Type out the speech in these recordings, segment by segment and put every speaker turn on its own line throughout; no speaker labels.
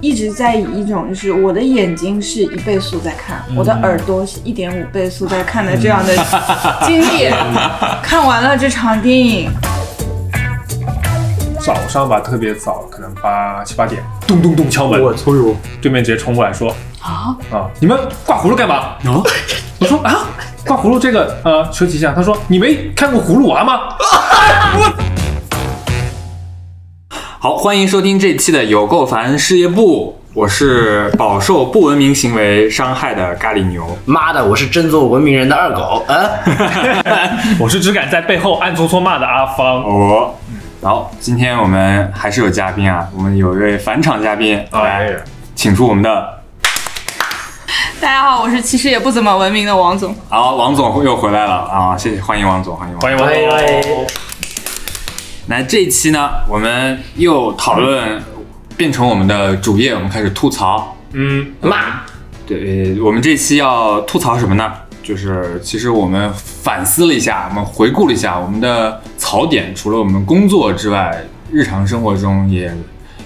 一直在以一种就是我的眼睛是一倍速在看，
嗯
我的耳朵是一点五倍速在看的这样 的经历。看完了这场电影，
早上吧，特别早，可能八七八点，咚咚咚 敲门，
我哎呦，
对面直接冲过来说啊啊，你们挂葫芦干嘛？
啊，
我说啊，挂葫芦这个呃，休息一下。他说你没看过葫芦娃吗？
好，欢迎收听这一期的有够烦事业部，我是饱受不文明行为伤害的咖喱牛。
妈的，我是真做文明人的二狗啊！
我是只敢在背后暗搓搓骂的阿芳。
哦，好，今天我们还是有嘉宾啊，我们有一位返场嘉宾，
哎呀
来，请出我们的
大家好，我是其实也不怎么文明的王总。
好，啊王总又回来了啊！谢谢，欢迎王总，欢迎王总
欢。迎王
欢迎
哎
欢
总
迎。
那这一期呢，我们又讨论变成我们的主业，我们开始吐槽。
嗯，
骂
对，呃我们这期要吐槽什么呢？就是其实我们反思了一下，我们回顾了一下我们的槽点，除了我们工作之外，日常生活中也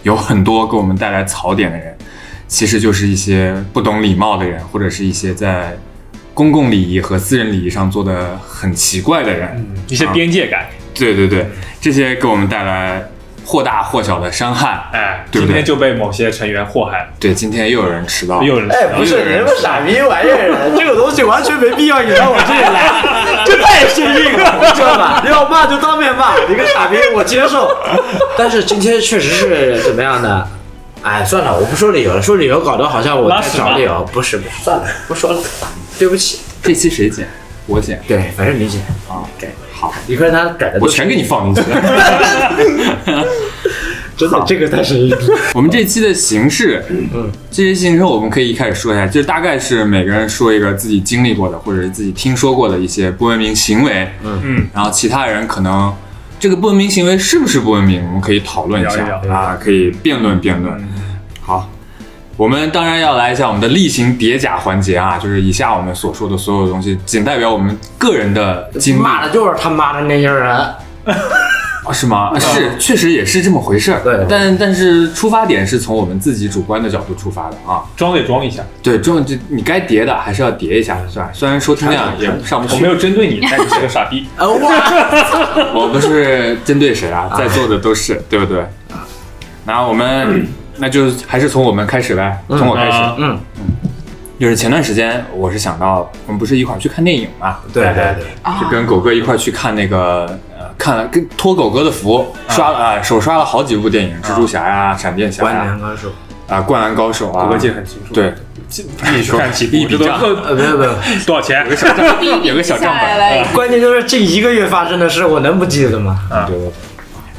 有很多给我们带来槽点的人，其实就是一些不懂礼貌的人，或者是一些在公共礼仪和私人礼仪上做的很奇怪的人。
一些边界感，
对对对，这些给我们带来或大或小的伤害。
哎，
啊
今
对不对
天就被某些成员祸害，
对，今天又有人迟到，
又有人
哎，不 是你们傻逼玩意 儿，这个东西完全没必要引到我这里来， 这太生硬了，你知道吧？ 要骂就当面骂，你个傻逼我接受。 但是今天确实是怎么样呢？哎，算了，我不说理由了，说理由搞得好像我
拉
在
屎
找
吗
理由，不是，不是，算了，不说了，对不起。
这期谁剪？我剪
对，反正理解，
啊。
改，
好，
你看他改的都
我全给你放进去。
真的，这个太生硬了。
我们这期的形式，嗯，这些形式我们可以一开始说一下，就是大概是每个人说一个自己经历过的，或者是自己听说过的一些不文明行为，嗯
嗯，
然后其他人可能这个不文明行为是不是不文明，我们可以讨论一下
聊一嗯聊
啊，可以辩论辩论。好，我们当然要来一下我们的例行叠加环节啊，就是以下我们所说的所有东西，仅代表我们个人的经 历
骂的就是他妈的那些人。
啊，是
嗯
吗？是，确实也是这么回事儿。
对
但但是出发点是从我们自己主观的角度出发的啊。
装得装一下，
对，这种就你该叠的还是要叠一下，是吧？虽然收听量也上不
哎我没
去，
有针 对你，但你是个傻逼。
呃，哇，
我不是针对 谁啊，在座的都是，对不对？那 我们那就还是从我们开始呗，从我开始。
啊
嗯，
就是前段时间，我是想到我们不是一块儿去看电影嘛，
对对对，
就
啊
跟狗哥一块儿去看那个呃，看了跟托狗哥的福，
嗯
刷了啊，手刷了好几部电影，蜘蛛侠呀、闪电侠
关
呀
联高手。
啊、灌篮高手啊，
我记得很清楚。
对，
记，你去看起步，这都
一笔账
呃，没有没有，
多少钱？
有个小哎账
下
本
来。了
关键就是这一个月发生的事，我能不记得吗？
啊
对对对。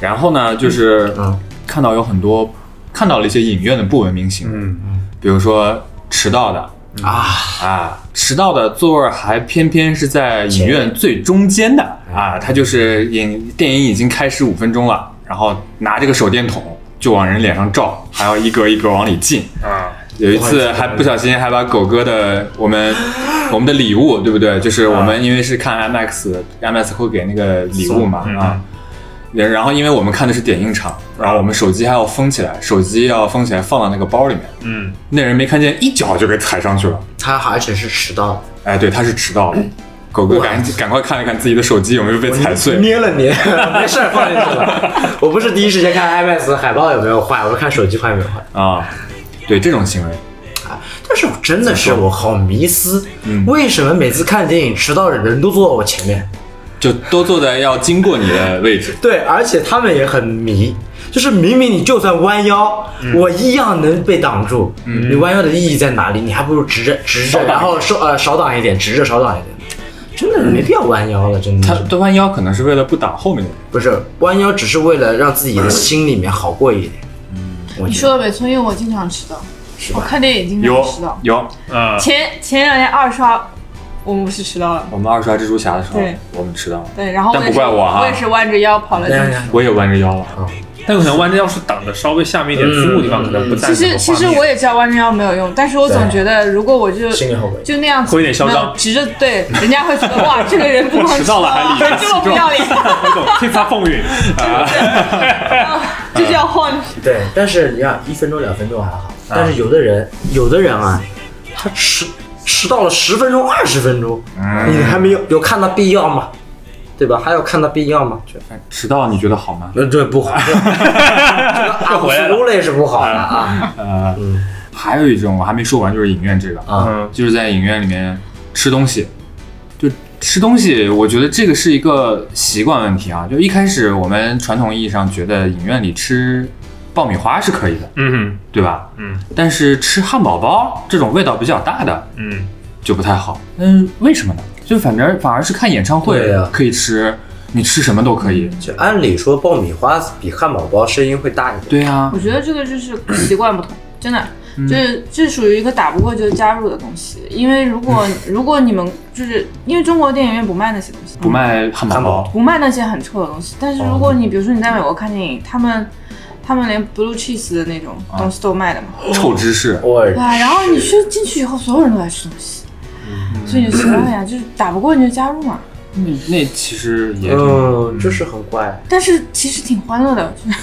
然后呢，就是
嗯
看到有很多看到了一些影院的不文明行为，
嗯，
比如说迟到的
啊，
啊，迟到的座位还偏偏是在影院最中间的啊，他就是影电影已经开始五分钟了，然后拿这个手电筒就往人脸上照，还要一格一格往里进。
啊，
有一次还不小心还把狗哥的 我们我们的礼物，对不对？就是我
啊
们因为是看 IMAX，IMAX 会给那个礼物嘛
送嗯
啊。然后因为我们看的是点映场，然后我们手机还要封起来，手机要封起来放到那个包里面。
嗯，
那人没看见，一脚就给踩上去了。
他而且是迟到了，
哎，对，他是迟到
嗯
了。狗哥赶紧赶快看了看自己的手机有没有被踩碎。
捏了捏， 没事儿，放进去了。我不是第一时间看 IMAX 的海报有没有坏，我是看手机坏没有坏。
啊，对这种行为，
但是我真的是我好迷思，
嗯
为什么每次看电影迟到的人都坐我前面？
就都坐在要经过你的位置。
对，而且他们也很迷，就是明明你就算弯腰，我一样能被挡住。你弯腰的意义在哪里？你还不如直着直着，然后少呃少挡一点，直着少挡一点。真的没必要弯腰了，真的
他
嗯
是。
他弯腰可能是为了不挡后面的人。
不是弯腰，只是为了让自己的心里面好过一点。嗯，我
你
觉得
说的没错，因为我经常迟到，我看电影经常
有
迟到。
有，
啊，
前前两天二刷，我们不是迟到了吗？
我们二刷蜘蛛侠的时候
对，
我们迟到了，
对，然后
但
我也
不
是
怪我啊
我也是弯着腰跑了进
哎呀
去。
呀
我也弯着腰了。
但有可能弯着腰是挡的稍微下面一点字幕地方，可能不在
其实其实我也知道弯着腰没有用，但是我总觉得如果我就
心里后悔
就那样子，
会有点嚣张
没有直着对人家会 觉得哇，这个人不光
迟到了还理直嗯气
这么不要脸，
有种天发风云啊，
就是要晃。
对，但是你看一分钟两分钟还好，但是有的人，有的人啊，他迟迟到了十分钟、二十分钟，你还没有有看到必要吗？对吧？还有看到必要吗？就
哎迟到你觉得好吗？
呃，对，不好， 这个阿姆斯特类是不好的啊。
呃，还有一种我还没说完，就是影院这个，
啊
嗯，
就是在影院里面吃东西，就吃东西，我觉得这个是一个习惯问题啊。就一开始我们传统意义上觉得影院里吃爆米花是可以的，
嗯
对吧？
嗯
但是吃汉堡包这种味道比较大的
嗯，
就不太好。嗯，为什么呢？就反正反而是看演唱会
对呀
可以吃，你吃什么都可以。
就按理说，爆米花比汉堡包声音会大一点。
对呀、
我觉得这个就是 习惯不同，真的。
嗯
就是这属于一个打不过就加入的东西，因为如果
嗯
如果你们就是因为中国电影院不卖那些东西，
不哦卖汉堡
汉
包
堡，
不卖那些很臭的东西。但是如果你比如说你在美国看电影，他们他们连 blue cheese 的那种东
哦
西都卖的嘛，
臭芝士。
我
对吧？然后你去进去以后，所有人都在吃东西，
嗯
所以你就习惯了呀，就是打不过你就加入嘛。
那嗯那其实也挺
嗯，就是很怪。
但是其实挺欢乐的，就是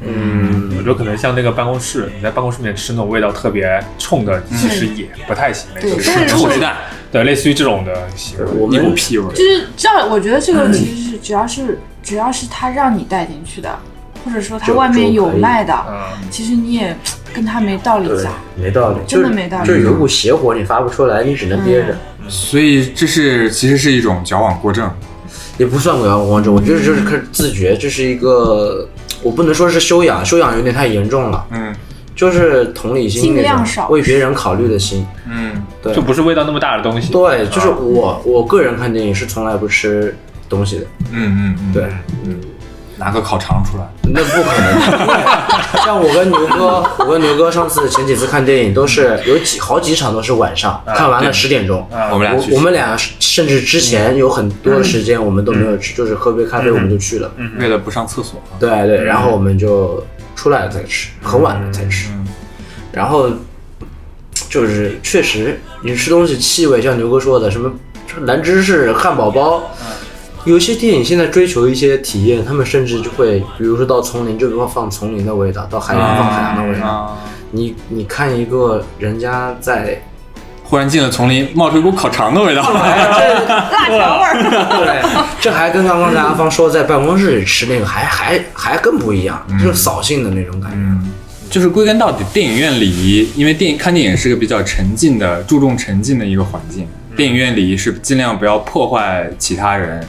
嗯，我觉得可能像那个办公室，你在办公室里面吃那种味道特别冲的，其实也不太行，类似于
对但是
臭鸡蛋，
对，类似于这种的行为。
我
一股
们
屁味儿。
就是这样。我觉得这个其实是只要是只要是他让你带进去的，或者说他
就
外面有卖的，
嗯，
其实你也跟他没道理
对
讲。，
没道理，
真的
就
没道理
就有一股邪火，你发不出来，你只能憋着，
所以这是其实是一种矫枉过正，
也不算阳光症，我
嗯
觉得这是个自觉，这是一个，我不能说是修养，修养有点太严重了，
嗯
就是同理心
尽
那
量
种
少
为别人考虑的心。
嗯，
对，
就不是味道那么大的东西。
啊
对，就是我我个人看电影是从来不吃东西的，
嗯嗯嗯，
对，
拿个烤肠出来，
那不可 能。像我跟牛哥，我跟牛哥上次前几次看电影都是有几好几场都是晚上，看完了
对
十点钟。
啊
我们俩去嗯
我我们俩甚至之前有很多时间我们都没有吃，就是喝杯咖啡我们就去了。
为了不上厕所，啊
对对，然后我们就出来了再吃，很晚了才吃。然后就是确实，你吃东西气味，像牛哥说的，什么蓝芝士、汉堡包，有些电影现在追求一些体验，他们甚至就会，比如说到丛林就会放丛林的味道，到海洋放海洋的味道。
啊，
你你看一个人家在，
忽然进了丛林，冒出一股烤肠的味 道，
辣条味儿。
对，这还跟刚刚在阿芳说在办公室里吃那个还还还更不一样，就是扫兴的那种感觉。
就是归根到底，电影院礼仪，因为电影看电影是个比较沉浸的，注重沉浸的一个环境，电影院礼仪是尽量不要破坏其他人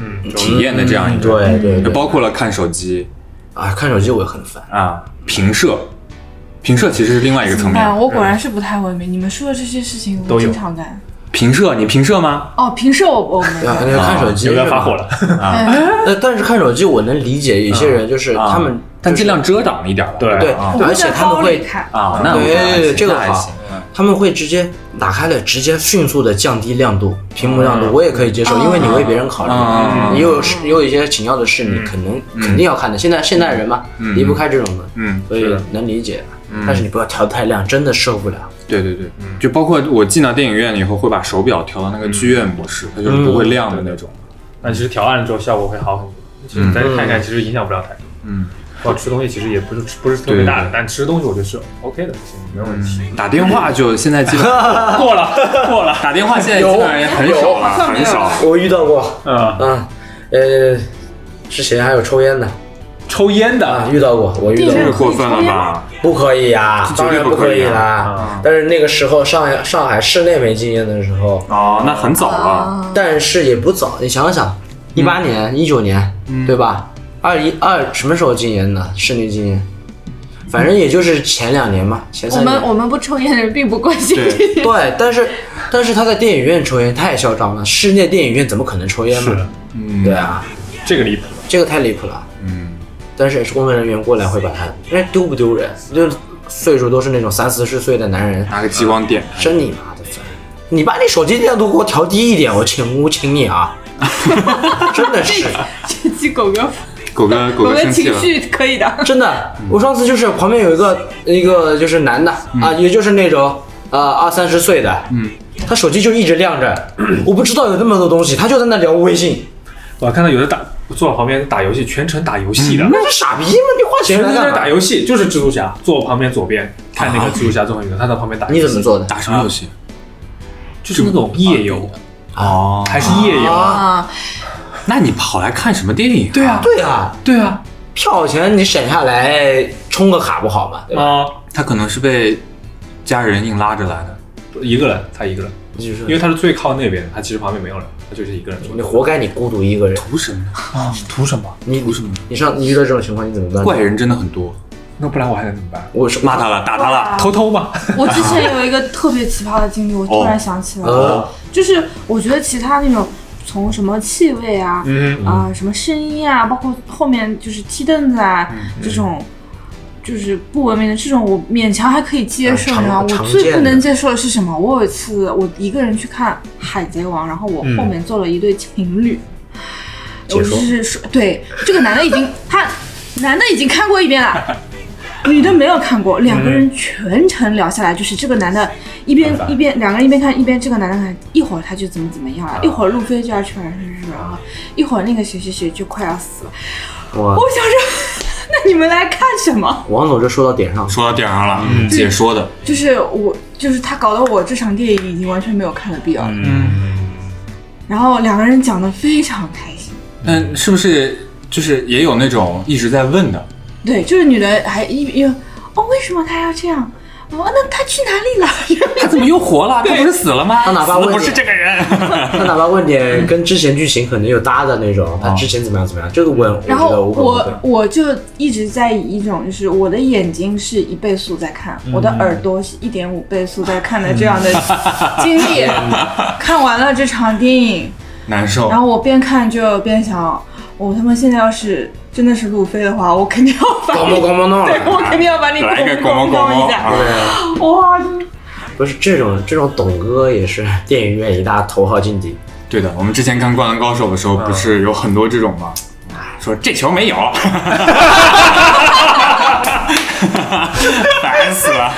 嗯，
体验的这样一
嗯
个，
对对
就
对，
包括了看手机
啊，看手机我也很烦。
啊，评射，评射其实是另外一个层
啊，
面，
我果然是不太文明。你们说的这些事情，
都
我
有
经常干。
评射你评射吗？
哦，平时我我没
对啊，
有。嗯
那个看手机
有点
是
发
吧
火了。
但但是看手机，我能理解有些人就是
啊
他们，
但尽量遮挡一点吧，
对
对，
啊
我
而
会
且
在
他们
包里
会，
看，
啊，那我觉得还
对
行
这个
那还行
好，，嗯他们会直接打开了，直接迅速的降低亮度，屏幕亮
啊
度，我也可以接受，
嗯
因为你为别人考
嗯
虑，你有你有一些紧要的事，你可能肯定要看的。现在现代人嘛，离不开这种的，
嗯，
所以能理解。但是你不要调太亮，真的受不了。
对对对，
嗯
就包括我进到电影院以后，会把手表调到那个剧院模式，它就是不会亮的那种。
但其实调暗了之后效果会好很多。其实你再看一看，其实影响不了太多。
嗯，
我吃东西其实也不是不是特别大的，但吃东西我觉得是 OK 的事情，没有问题。
嗯
打电话就现在基 本
过了过了，
打电话现在基本上也很少了，很少了。
我遇到过，
嗯，
啊，呃，之前还有抽烟的
抽烟
啊，
的
遇到过，我遇到
电
过
影。
太过分了吧？
不可以呀，
绝
当
对
然
不可
可
以
以
啊
啦。但是那个时候上海上海室内没禁烟的时候，
哦，那很早了。
嗯
但是也不早，你想想，
嗯
一八年、一九年，对吧？二一二什么时候禁烟的？室内禁烟，反正也就是前两年嘛，前
我
三
们
年。
我们不抽烟的人并不关心这些。
对，但是但是他在电影院抽烟太嚣张了，室内电影院怎么可能抽烟
是的
嘛？
嗯，
对啊，
这个离谱。
这个太离谱了。
嗯，
但是也是工作人员过来会把他，那丢不丢人？就是岁数都是那种三四十岁的男人，
拿个激光点，
真你妈的烦！你把你手机亮度给我调低一点，我请我请你啊！真的是，
这期狗哥
狗哥
狗
狗哥
哥
生气
情
了。
绪可以的，
真的。我上次就是旁边有一个呃一个就是男的啊，也就是那种呃二三十岁的，嗯，他手机就一直亮着，我不知道有那么多东西，他就在那聊微信。
我看到有的打坐我旁边打游戏，全程打游戏的，
那是傻逼吗？你花
全
钱
程
来
嗯在
干
打
嘛？
游戏，就是蜘蛛侠坐我旁边左边看那个蜘蛛侠纵横宇宙，他在旁边打游
你
戏。
怎么做的？
打什么游戏？
就是那种夜游，
哦，
还是夜游？
啊，
啊，
那你跑来看什么电影？
对啊，
对啊，
对啊，
票钱你省下来充个卡不好吗？对吧？
啊，
他可能是被家人硬拉着来的。
一个人，他一个人，
就是
因为他是最靠那边，他其实旁边没有人，他就是一个人坐
你。活该你孤独一个人。
图什么呢？
啊，图什么？
你
图什么呢？
你上你遇到这种情况你怎么办？
怪人真的很多，
那不然我还能怎么办？
我是
骂他了，打他了。
啊偷偷嘛。
我之前有一个特别奇葩的经历，我突然想起来了，
呃，
就是我觉得其他那种从什么气味啊，
嗯，
啊、什么声音啊，包括后面就是踢凳子啊、
嗯
这种，就是不文明的这种，我勉强还可以接受。
啊
然后我
常常
最
见
不
的
能接受的是什么？我有一次我一个人去看《海贼王》，然后我
嗯
后面坐了一对情侣，
解
我就
说
是说，对，这个男的已经他男的已经看过一遍了。女的没有看过，两个人全程聊下来，就是这个男的一边
很烦
一边两个人一边看一边这个男的看，一会儿他就怎么怎么样了，一会儿路飞就要去玩儿是是啊，一会儿那个谁谁谁就快要死了。
我
我想说， 那你们来看什 么？
王总这说到点上了，
说到点儿上了，解说的，
就是我，就是他搞得我这场电影已经完全没有看的必要了。
嗯，
然后两个人讲的非常开心，
但是不是就是也有那种一直在问的？
对，就是女的还一一哦，为什么他要这样？哦，那他去哪里了？
他怎么又活了？他不是死了吗？
他哪怕
死的
问
不
你
是这个人。
他哪怕问点跟之前剧情可能有搭的那种，他之前怎么样怎么样，这个问我
然
觉得
后
无可厚非
我。我就一直在以一种就是我的眼睛是一倍速在看，
嗯
我的耳朵是一点五倍速在看的这 样的经历。看完了这场电影，
难受
哦
然。后我边看就边想，我他妈现在要是真的是路飞的话，我肯定要把
咣
你
咣，咣咣弄
对 我
了，
肯定要把你
来一个
咣
咣咣咣
咣一下。
啊
哇，
不是这种这种董哥也是电影院一大头号劲敌。
对的，我们之前看《灌篮高手》的时候，不是有很多这种吗？
啊
说这球没有， 烦死了。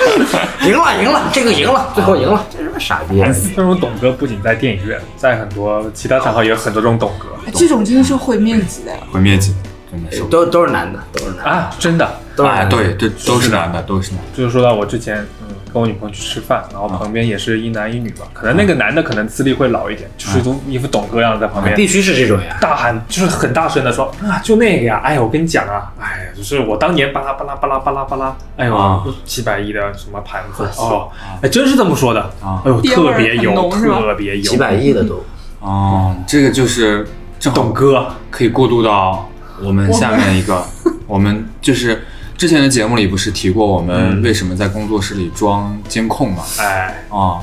赢了，赢了，这个赢了，啊最后赢了，这是不是傻逼？
这种懂哥不仅在电影院，在很多其他场合也有很多这种懂哥
这种真的是毁灭级的。
毁灭级，真的是。
哎都都是男的，都是男的，
啊，真的。
都是
哎，
男的。
对，这都是男的，都是男的。
就是说到我之前，嗯，跟我女朋友去吃饭，然后旁边也是一男一女吧，可能那个男的可能资历会老一点，就是一种一副懂哥样子在旁边，
必须是这种呀。
大喊，就是很大声的说啊，就那个呀，哎呀，我跟你讲啊，哎呀，就是我当年巴拉巴拉巴拉巴拉巴拉，哎
啊
呦，几百亿的什么盘子哦，哎，真是这么说的
啊
哎呦，
爹味
特
儿
别
很
油，
浓是吧
特别油，
几百亿的都，
哦，这个就是正好
懂哥，
可以过渡到我们下面 一个，我们就是之前的节目里不是提过我们
嗯
为什么在工作室里装监控吗？
哎
啊、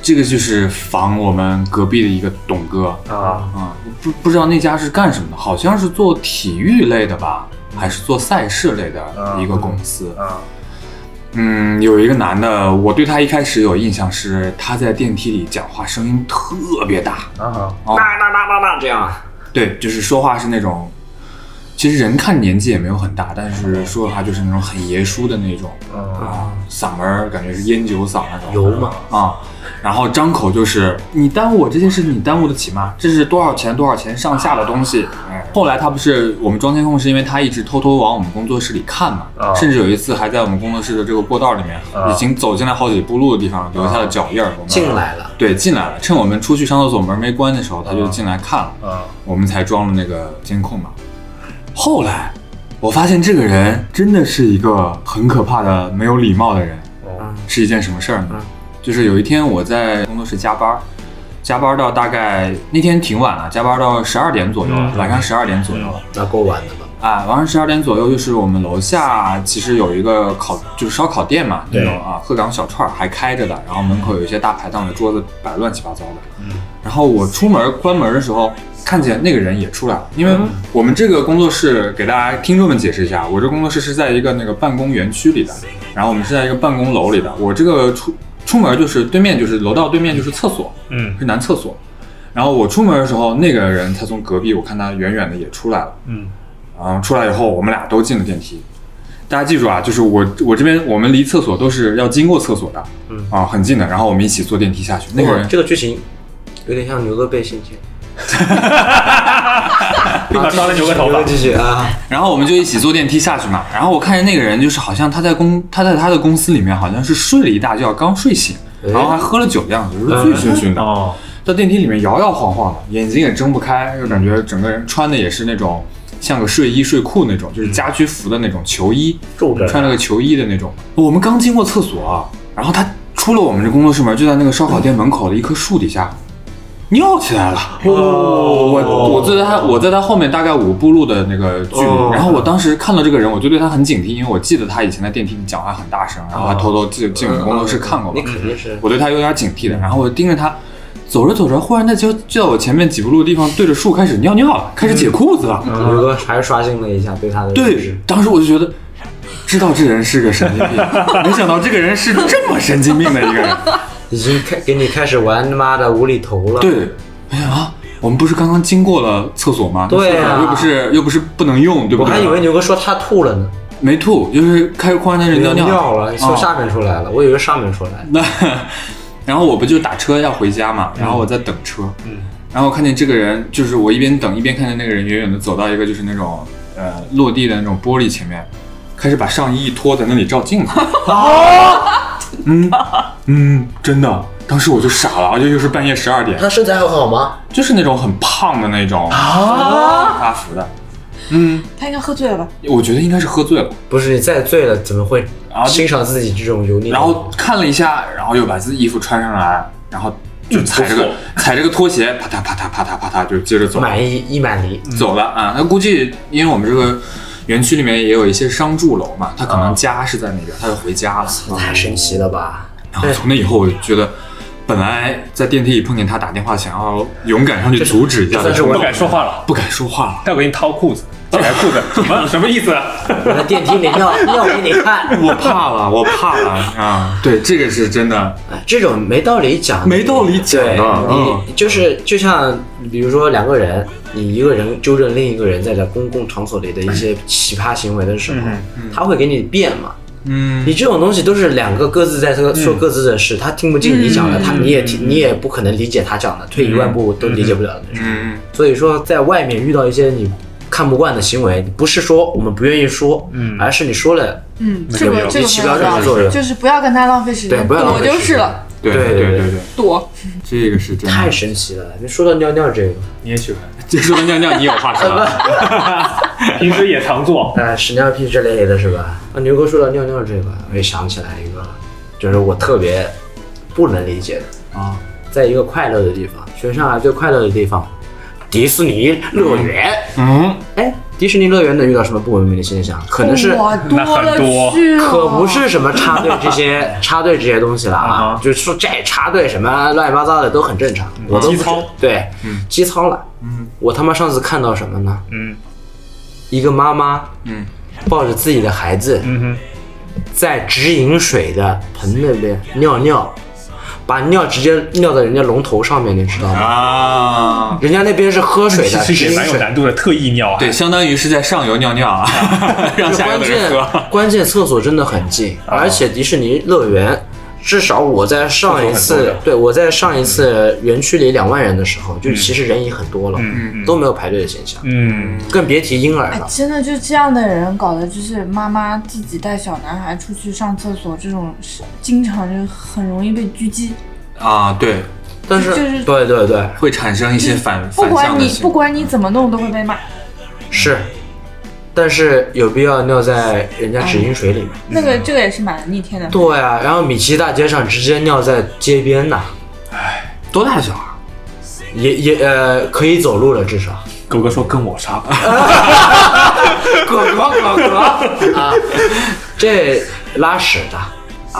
这个就是防我们隔壁的一个董哥
啊，
啊、不不知道那家是干什么的，好像是做体育类的吧，还是做赛事类的一个公司。
啊，
嗯，有一个男的，我对他一开始有印象是他在电梯里讲话声音特别大，
啊，
那那那那那这样啊，
对，就是说话是那种，其实人看年纪也没有很大，但是说话就是那种很爷叔的那种
嗯，
啊，嗓门儿感觉是烟酒嗓那种
油嘛，
啊，然后张口就是你耽误我这件事，你耽误得起吗？这是多少钱多少钱上下的东西。
啊
哎后来他不是我们装监控，是因为他一直偷偷往我们工作室里看嘛，
啊
甚至有一次还在我们工作室的这个过道里面，
啊
已经走进来好几步路的地方留下了脚印儿。我们
啊进来了，
对进来了，趁我们出去上厕所门没关的时候，他就
啊
进来看了。
啊，
我们才装了那个监控嘛。后来我发现这个人真的是一个很可怕的没有礼貌的人，
哦
是一件什么事儿呢
嗯？
就是有一天我在工作室加班儿，加班到大概那天挺晚了，加班到十二点左右，
嗯
晚上十二点左右了。
那够晚的了。
啊，晚上十二点左右，就是我们楼下其实有一个烤，就是烧烤店嘛，那
对
种啊，鹤岗小串儿还开着的，然后门口有一些大排档的桌子摆乱七八糟的。嗯，然后我出门关门的时候，看见那个人也出来了，因为我们这个工作室给大家听众们解释一下，我这工作室是在一个那个办公园区里的，然后我们是在一个办公楼里的，我这个出出门就是对面就是楼道对面就是厕所，
嗯
是男厕所。然后我出门的时候，那个人他从隔壁，我看他远远的也出来了。
嗯，
啊，出来以后我们俩都进了电梯。大家记住啊，就是我我这边我们离厕所都是要经过厕所的，
嗯
啊，很近的。然后我们一起坐电梯下去。那个
哇
人
这个剧情有点像牛哥被性侵，啊
立马抓了九个 头发。
继续啊，
然后我们就一起坐电梯下去嘛。然后我看见那个人，就是好像他在公他在他的公司里面好像是睡了一大觉，刚睡醒，
哎
然后还喝了酒的样子，就是醉醺醺的。
哦，
到电梯里面摇摇晃晃的，眼睛也睁不开，就感觉整个人穿的也是那种像个睡衣睡裤那种，就是家居服的那种球衣，
嗯皱着
穿了个球衣的那种。我们刚经过厕所啊，然后他出了我们这工作室门，就在那个烧烤店门口的一棵树底下尿起来了。
哦
我我在他我在他后面大概五步路的那个距离，
哦
然后我当时看到这个人，我就对他很警惕，因为我记得他以前在电梯里讲话很大声，然后还
哦
偷偷进进我们工作室看过嘛
嗯你，肯定是
我对他有点警惕的。然后我盯着他，走着走着，忽然在就就在我前面几步路的地方对着树开始尿尿了，开始解裤子了。
刘哥还是刷新了一下对他的认
对
知，
当时我就觉得。知道这人是个神经病， 没想到这个人是这么神经病的一个人。
已经开给你开始玩他妈的无厘头了。
对，哎呀啊，我们不是刚刚经过了厕所吗？
对啊
又不是又不是不能用，对不
我
对？
还以为牛哥说他吐了呢，
没吐，就是开始忽然在那尿
尿了，
啊
从下面出来了，我以为上面出来。
那然后我不就打车要回家嘛，然后我在等车，然后我看见这个人，就是我一边等一边看见那个人远远的走到一个就是那种呃落地的那种玻璃前面，开始把上衣一脱，在那里照镜子。嗯嗯，真的，当时我就傻了，而且又是半夜十二点，
他身材很好吗？
就是那种很胖的那种
啊，
阿福的，嗯，
他应该喝醉了吧？
我觉得应该是喝醉了。
不是你再醉了怎么会欣赏自己这种油腻？
啊然后看了一下，然后又把自己衣服穿上来，然后就踩这
不
个、
错
踩这个拖鞋，啪嗒啪嗒啪嗒啪嗒就接着走
满意一满离，
走了啊。那估计因为我们这个园区里面也有一些商住楼嘛，他可能家是在那边，他就回家了。
太神奇了 吧！
然后从那以后，我就觉得。本来在电梯里碰见他打电话，想要勇敢上去阻止一下，
这是我
哎不敢说话了，
不敢说话了。
待会给你掏裤子，解开裤子，什么什么意思啊？
我在电梯里尿尿给你看，
我怕了，我怕了啊！对，这个是真的，
哎这种没道理讲，
没道理讲
对
的嗯，
你就是就像比如说两个人，你一个人纠正另一个人在这公共场所里的一些奇葩行为的时候，他会给你辩嘛。
嗯
你这种东西都是两个各自在说说各自的事，他听不进你
嗯
讲的，他你也听你也不可能理解他讲的，退一万步都理解不了的那种。
嗯，
所以说，在外面遇到一些你看不惯的行为，不是说我们不愿意说，
嗯
而是你说了，
嗯，
那
这
个
个
有
这
你
个
起
很
不了
有道
任何
理
作用，
就是不要跟他浪费时
对
间，
不要浪
躲
费时
就
间
是了，
对
对
对
对
对
对
对，
躲。
这个是真的，
太神奇了。你说到尿尿这个，
你也喜欢？
就说尿尿，你有话说了。
平时也常做，
呃，屎尿屁之类的是吧？啊，牛哥说到尿尿这个，啊我也想起来一个，就是我特别不能理解的，
啊，
在一个快乐的地方，全上海最快乐的地方，迪士尼乐园。
嗯，
哎，迪士尼乐园能遇到什么不文明的现象？可能是
哇，多了去了，
可不是什么插队这 些插队这些东西了啊嗯
啊，
就是说这插队什么乱七八糟的都很正常，我都不
基操
对
嗯，
基操了。
嗯
我他妈上次看到什么呢？
嗯
一个妈妈
嗯
抱着自己的孩子
嗯哼，
在直饮水的盆那边尿尿，把尿直接尿在人家龙头上面，你知道吗？
啊，
人家那边是喝水的，
其
直
实也
饮
蛮有
水。
难度的，特意尿啊。
对，相当于是在上游尿尿啊， 让
就
下游
关
的
键
人喝。
关键厕所真的很近，
啊
而且迪士尼乐园，至少我在上
厕所很
一
多
次
的，
对我在上一次园区里两万人的时候，就其实人已很多了，
嗯
都没有排队的现象，
嗯，
更别提婴儿
哎
了，。
真的就这样的人，搞得就是妈妈自己带小男孩出去上厕所这种事，经常就很容易被狙击。
啊，对，
但是
哎就是
对对对，
嗯
会产生一些反
不
反向
管
的
你
行
不
为。嗯
管你怎么弄，都会被骂。
是，但是有必要尿在人家直饮水里面？
那个这个也是蛮逆天的。
对啊，然后米奇大街上直接尿在街边呐，
多大小啊孩？
也也呃可以走路了，至少。
狗哥说跟我杀吧，
狗狗狗狗啊，这拉屎的，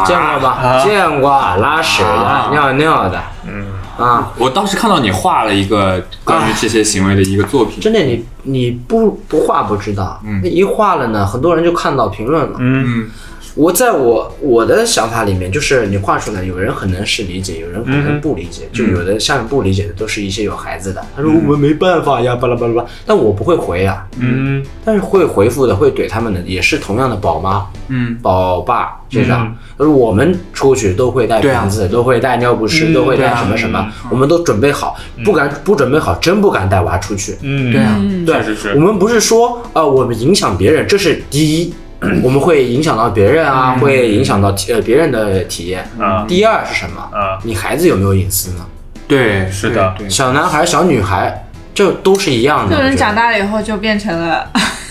见过吧？
啊
见过拉屎的、
啊
尿尿的，嗯啊，
我当时看到你画了一个关于这些行为的一个作品。
真的你你不不画不知道，嗯，一画了呢，很多人就看到评论了，
嗯，
嗯，
我在我我的想法里面，就是你画出来，有人可能是理解，有人可
嗯
能不理解，就有的像不理解的都是一些有孩子的，他
嗯
说我们没办法呀，巴拉巴拉巴拉，但我不会回呀、
嗯
但是会回复的会怼他们的也是同样的宝妈、
嗯，
宝爸这样，而我们出去都会带
对啊
瓶子，都会带尿不湿，都会
对
带
啊嗯
什么什么，我们都准备好，不敢不准备好，真不敢带娃出去。
嗯，
对啊，
嗯
确实是
我。们不是说啊、呃我们影响别人，这是第一，我们会影响到别人啊，会影响到体呃别人的体验。
啊
第二是什么？
啊，
你孩子有没有隐私呢？
对，
是的
对，对
小男孩、小女孩，这都是一样
这个
的。我
人
觉
长
得
大了以后就变成了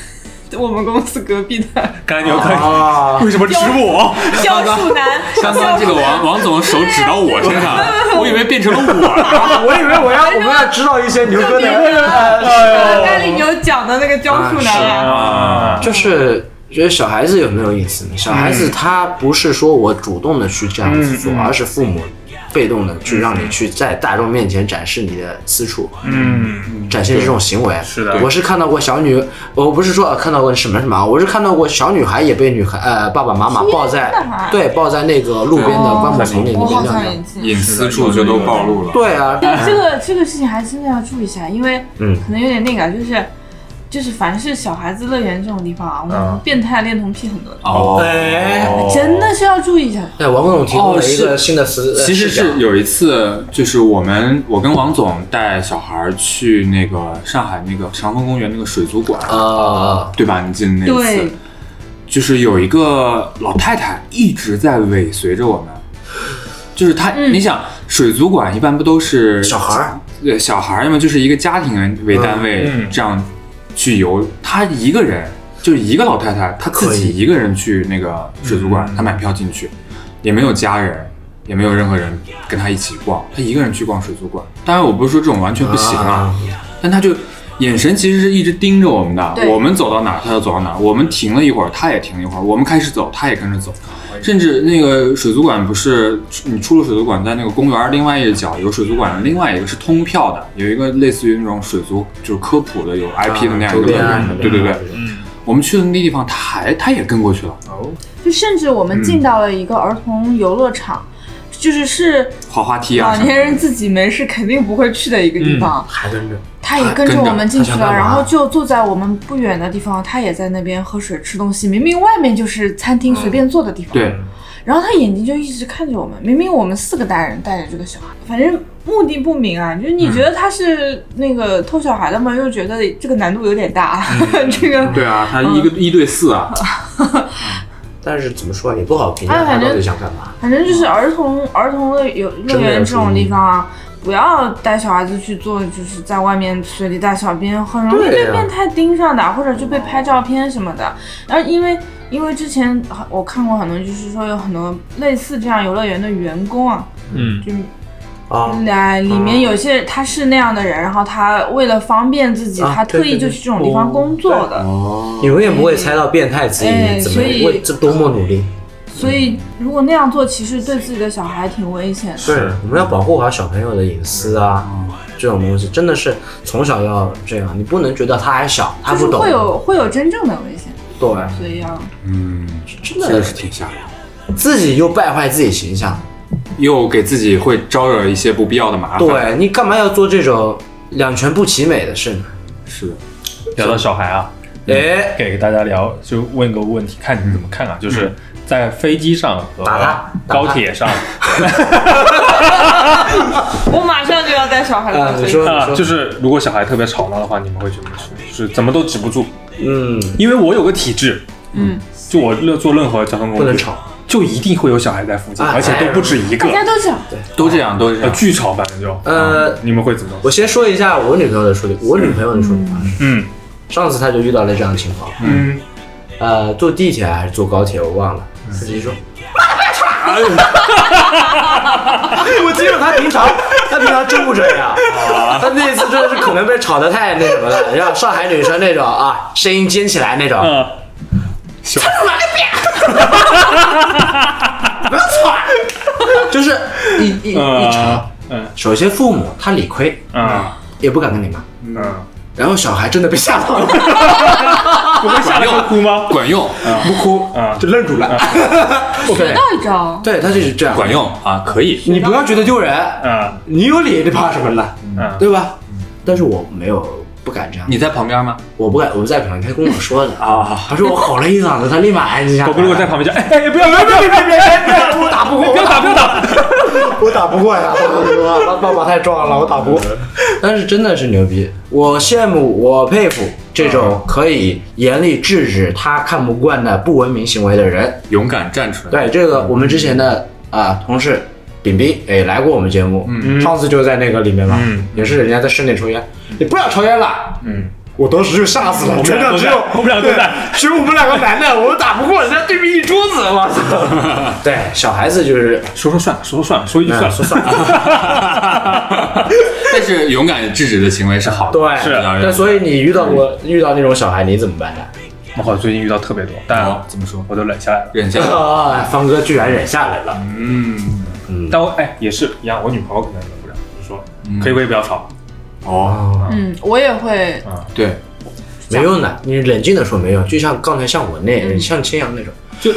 我们公司隔壁的
刚才你有看
啊，
为什么指我？
教树男。
刚刚这个王王总手指到我身 上了，我以为变成了我了。
我以为我要我们要知道一些牛 哥的，
刚才你有讲的那个教树男啊，
啊，
就是。觉得小孩子有没有隐私呢？小孩子他不是说我主动的去这样子做，而是父母被动的去让你去在大众面前展示你的私处。
嗯，
展现这种行为。
是的
我是看到过小女，我不是说呃看到过什么什么啊，我是看到过小女孩也被女孩呃爸爸妈妈抱在
天哪
对抱在那个路边的
哦
灌木丛里
我
那
好
边晾
想
晾
眼。镜。
隐私处就都暴露了。
对啊，
对这个这个事情还真的要注意一下，因为
嗯
可能有点那个，就是就是凡是小孩子乐园这种地方啊，我们变态恋童癖很多，
哦
哎，
真的是要注意一下。
对，哎王总提供了一
哦
个
是
新的词，呃
其实
视角
是有一次，就是我们我跟王总带小孩儿去那个上海那个长风公园那个水族馆，
啊，
对吧？你记得那一
对
次，，就是有一个老太太一直在尾随着我们，就是她，
嗯
你想水族馆一般不都是
小孩儿
对呃小孩儿，要么就是一个家庭人为单位、
嗯嗯
这样去游，她一个人就是一个老太太，她自
可
己
以
一个人去那个水族馆，
嗯
她买票进去，也没有家人。也没有任何人跟她一起逛，她一个人去逛水族馆。当然，我不是说这种完全不行啊，但她就眼神其实是一直盯着我们的。
对
我们走到哪儿，她就走到哪儿；我们停了一会儿，她也停了一会儿；我们开始走，她也跟着走。甚至那个水族馆不是你出了水族馆，在那个公园儿另外一角有水族馆，另外一个是通票的，有一个类似于那种水族就是科普的有 IP 的那样一
啊周
个
边
乐
啊
园。对对对，
嗯，
我们去的那地方，他还他也跟过去了，
哦，
就甚至我们进到了一个儿童游乐场，就是是
滑滑梯啊
老
什么的。
年人自己没事肯定不会去的一个地方，
还跟着，
他也跟着我们进去
他想
了，
干嘛
然后就坐在我们不远的地方，他也在那边喝水吃东西，明明外面就是餐厅随便坐的地方，
对，
然后他眼睛就一直看着我们，明明我们四个大人带着这个小孩，反正目的不明啊，就是你觉得他是那个偷小孩的嘛，又觉得这个难度有点大，啊 这个。
对啊，他一个一对四啊，
但是怎么说也不好评价
哎
他
反正
到底想干嘛。
反正就是儿童儿童乐有乐园这种地方啊，不要带小孩子去做，就是在外面随地大小便，很容易
对
被
呀
变态盯上的，或者就被拍照片什么的。然后因为因为之前我看过很多，就是说有很多类似这样游乐园的员工啊，
嗯，
就
啊，
来里面有些他是那样的人，然后他为了方便自己，
啊
他特意
对对
就
对
去这种地方工作的。
哦，
你永远不会猜到变态之
哎
一怎么
所以
为这多么努力。
所以如果那样做，其实对自己的小孩挺危险
嗯
的。
对，我们要保护好小朋友的隐私啊，这种东西真的是从小要这样，你不能觉得他还小，他
就是
不懂。
会有会有真正的危险，
对，
所以要
嗯，
真
真的
的
是挺吓人的，
自己又败坏自己形象。
又给自己会招惹一些不必要的麻烦。，
对你干嘛要做这种两全不其美的事呢？
是的，
聊到小孩啊，
哎，
给大家聊，就问个问题，看你怎么看啊，就是在飞机上和
嗯打他打他
高铁上
我马上就要带小孩
啊，
了。
你说，
啊，
你
就
说，
是如果小孩特别吵闹的话，你们会怎么去？就是怎么都止不住，
嗯，
因为我有个体质，
嗯，
就我任坐任何交通工具
不能吵，
就一定会有小孩在附近，
啊
而且都不止一个
大，家都讲，
都这样，都这
呃，
样。
巨吵，反正就，
呃，
你们会怎么？
我先说一下我女朋友的处理，我女朋友的处理方式。
嗯
上次她就遇到了这样的情况，
嗯，
呃，坐地铁还是坐高铁，我忘了。司 机说：“妈的，不要吵！”哎我记得他平常，他平常真不这样。 他那次真的是可能被吵得太那什么了，像上海女生那种啊，声音尖起来那种。
啊，
就是一一一吵
嗯，
首先父母他理亏，
啊，
也不敢跟你骂。
嗯，
然后小孩真的被吓到了，
不
哎
会吓得会哭吗？
管用，
不哭
啊
就愣住了。嗯
学到一招，
对，他就是这样
管。用啊，可以。
你不要觉得丢人，
啊
你有理，你怕什么了？
啊！
对吧？但是我没有，不敢这样。
你在旁边吗？
我不敢，我不在旁边，他跟我说的啊，
啊，
他说我吼了一嗓子，他立马安静下来
狗
了。
哥如果在旁边叫，哎哎，不要不要不要不要不要，
我打不过，
不要打不要打！
我打不过呀，爸爸爸太壮了，我打不过。
嗯
但是真的是牛逼，我羡慕，我佩服这种
嗯
可以严厉制止他看不惯的不文明行为的人。
勇敢站出来。
对这
嗯
个，我们之前的啊、同事饼饼也来过我们节目，
嗯
上次就在那个里面嘛，
嗯
也是人家在室内抽烟，你不要抽烟了。
嗯，
我当时就吓死了，
我们
真
俩
的
都
只
在
有
我们俩都在
对只有我们两个男的，我们打不过人家对面一桌子，我操！ 对，小孩子就是
说说算了，说说算了，说一句算
嗯
了，
说算了。
但是勇敢制止的行为是好的。
对，
是啊
那所以你遇到过遇到那种小孩，你怎么办呢？
我好像最近遇到特别多，
哦
但
怎么说？
我都忍下来了。
忍下来。
啊，方哥居然忍下来了。
嗯，
但我哎也是一样，我女朋友可能忍不了，就说
嗯
可以可以不要吵，
哦，
嗯，我也会，
对，
没用的，你冷静的说没用，就像刚才像我
嗯
那，像千阳那种，
就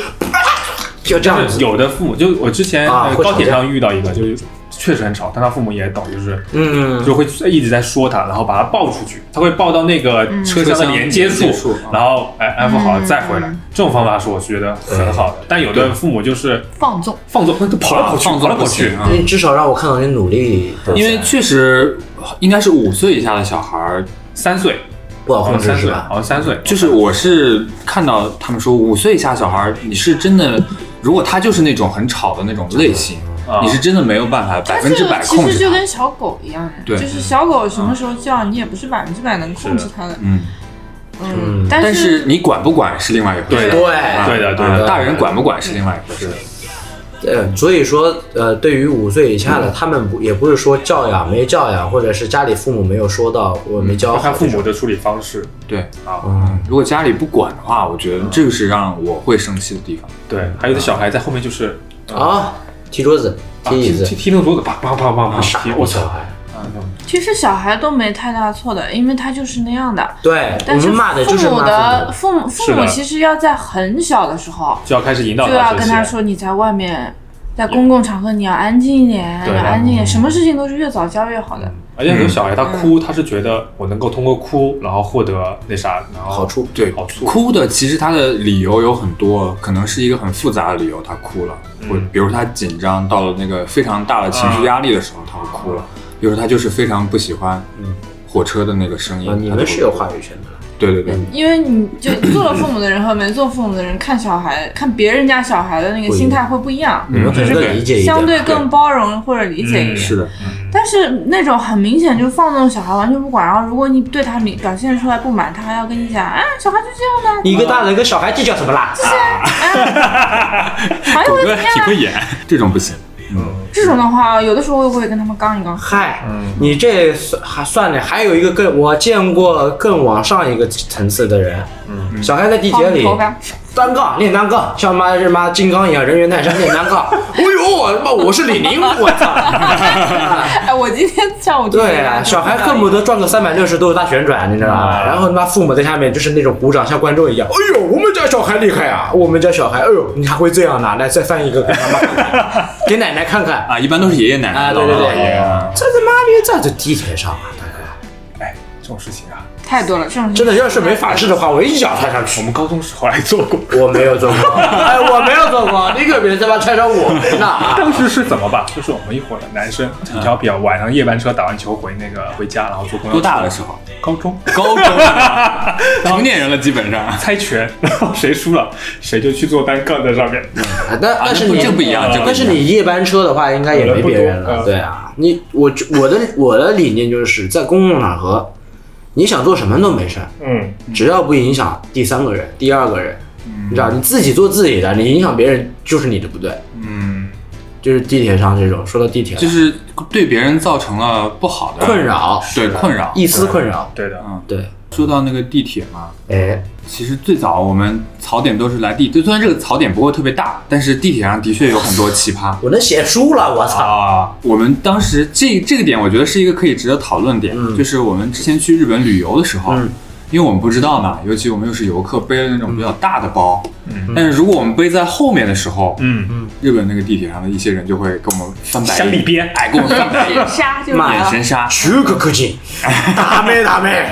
就这样
就是
子。
有的父母就我之前
啊
呃
会吵
高铁
架
上遇到一个，就是确实很吵，但他父母也懂，就是
嗯，
就会一直在说他，然后把他抱出去，他会抱到那个
嗯
车厢的连接
车
处，
厢连接处
然后哎安抚好了再回来。
嗯
这种方法是我觉得很好的，但有的父母就是
放纵，
放纵，那就跑来跑去，
放
跑来
纵
跑
不
去
行。啊。
你至少让我看到你努力的在，
因为确实应该是五岁以下的小孩儿，
三岁，
不好
好
控
像
制
三
是
岁，
吧？
好像三岁，
就是我是看到他们说五岁以下小孩儿，你是真的，如果他就是那种很吵的那种类型，
啊
你是真的没有办法百
它
分
这
之
个
百
其
控
实
制
就
他。
跟小狗一样，
对
就是小狗什么时候叫，你也不是百分之百能控制它的，
嗯，
嗯，
但
但
是你管不管是另外一回事。
对
对
啊
对的对
啊
的
大人管不管是另外一回事。
呃，所以说，呃，对于五岁以下的，他们不也不是说教养没教养，或者是家里父母没有说到，我没教
要
好
看
这
父
种。嗯
母的处理方式
对，嗯
啊。
如果家里不管的话，我觉得这个是让我会生气的地方。
对，还有的小孩在后面就是
啊，踢桌子，
啊
踢椅
踢
子
踢，踢那个桌子，啪啪啪啪啪
傻
踢，
逼
我
小
操！
孩。
啊
其实小孩都没太大错的，因为他就是那样的。
对，我
但是
们骂的就是
父母
骂
的
父
父母
是
父
的
母其实要在很小的时候
就要开始引导
就要
他这
跟
些
他。说，你在外面，在公共场合你要安静一点，
对
要安
嗯
静一点，什么事情都是越早教越好
嗯
的。
而且很多小孩他
嗯
哭，他是觉得我能够通过哭，然后获得那啥，然后
好处
对
好，处
哭的其实他的理由有很多，可能是一个很复杂的理由，他哭了。
嗯
或比如他紧张到了那个非常大的情绪压力的时候，他会哭了。
嗯
比如他就是非常不喜欢火车的那个声音
母，啊，你
他就
们
会
是有话语嗯权的了。
对对对，
因为你就做了父母的人和没做父母的人看小孩，看别人家小孩的那个心态会不一
嗯
样，
你们可能
对
更理解一点，
相对更包容或者理解一点。
嗯
是 的，
但是那种很明显就放纵小孩完全不管，然后如果你对他明表现出来不满，他还要跟你讲，啊，小孩就这样的，
一个大人跟小孩计较什么啦？
还
狗
会
哥
怎么样
挺
啊？
会演， 这种不行。
嗯
这种的话，有的时候我也会跟他们刚一刚。
嗨，你这算还算了，还有一个更我见过更往上一个层次的人，小孩在地铁里
头 干，
单杠练单杠，像妈是妈金刚一样人猿泰山练单杠。哎呦，我他妈我是李宁，我操！
哎，我今天上午就
对啊，小孩恨不得转个三百六十度大旋转，你知道吧？然后他妈父母在下面就是那种鼓掌，像观众一样。哎呦，我们家小孩厉害啊！我们家小孩，哎呦，你还会这样呢？来，再翻一个给妈妈看看，给奶奶看看。
啊，一般都是爷爷奶奶、
啊
姥
对
姥
对对
姥爷啊。
这他妈的，这就地铁上啊，大哥，
哎，这种事情啊，
太多了，这种，
真的要是没法式的话，我一脚踹上
我
去。
们高中时候还做过。
我没有做过， 哎，我没有做过，你可别他妈踹上我们了啊！
当时是怎么吧？就是我们一伙的男生，一条比较晚上夜班车打完球回那个回家，然后坐公交车。
多大的时候？
高中
高中啊， 成年人了，基本上。
猜拳，然后谁输了谁就去做单杠在上面。
啊但但是
那不
你
这不一样这不一样
但是你夜班车的话，应该也没别人了，对啊。你我我的我的理念就是在公共场合，你想做什么都没事儿，
嗯，
只要不影响第三个人、第二个人，你知道你自己做自己的，你影响别人就是你的不对。
嗯，
就是地铁上这种，说到地铁了
就是对别人造成了不好的
困扰，
对困扰。
一丝困扰，
对的。
嗯，
对。
说到那个地铁嘛，
哎，
其实最早我们槽点都是来地，就虽然这个槽点不会特别大，但是地铁上的确有很多奇 葩
我能写书了，我操！
啊。我们当时这这个点，我觉得是一个可以值得讨论点，
嗯
就是我们之前去日本旅游的时候。
嗯
因为我们不知道嘛，尤其我们又是游客，背了那种比较大的包。
嗯
但是如果我们背在后面的时候，
嗯，
日本那个地铁上的一些人就会跟我们翻白眼，
想里边
哎，跟我们翻白眼
杀就
妈
来
眼
了。
神杀，
十个氪金，打 妹打妹。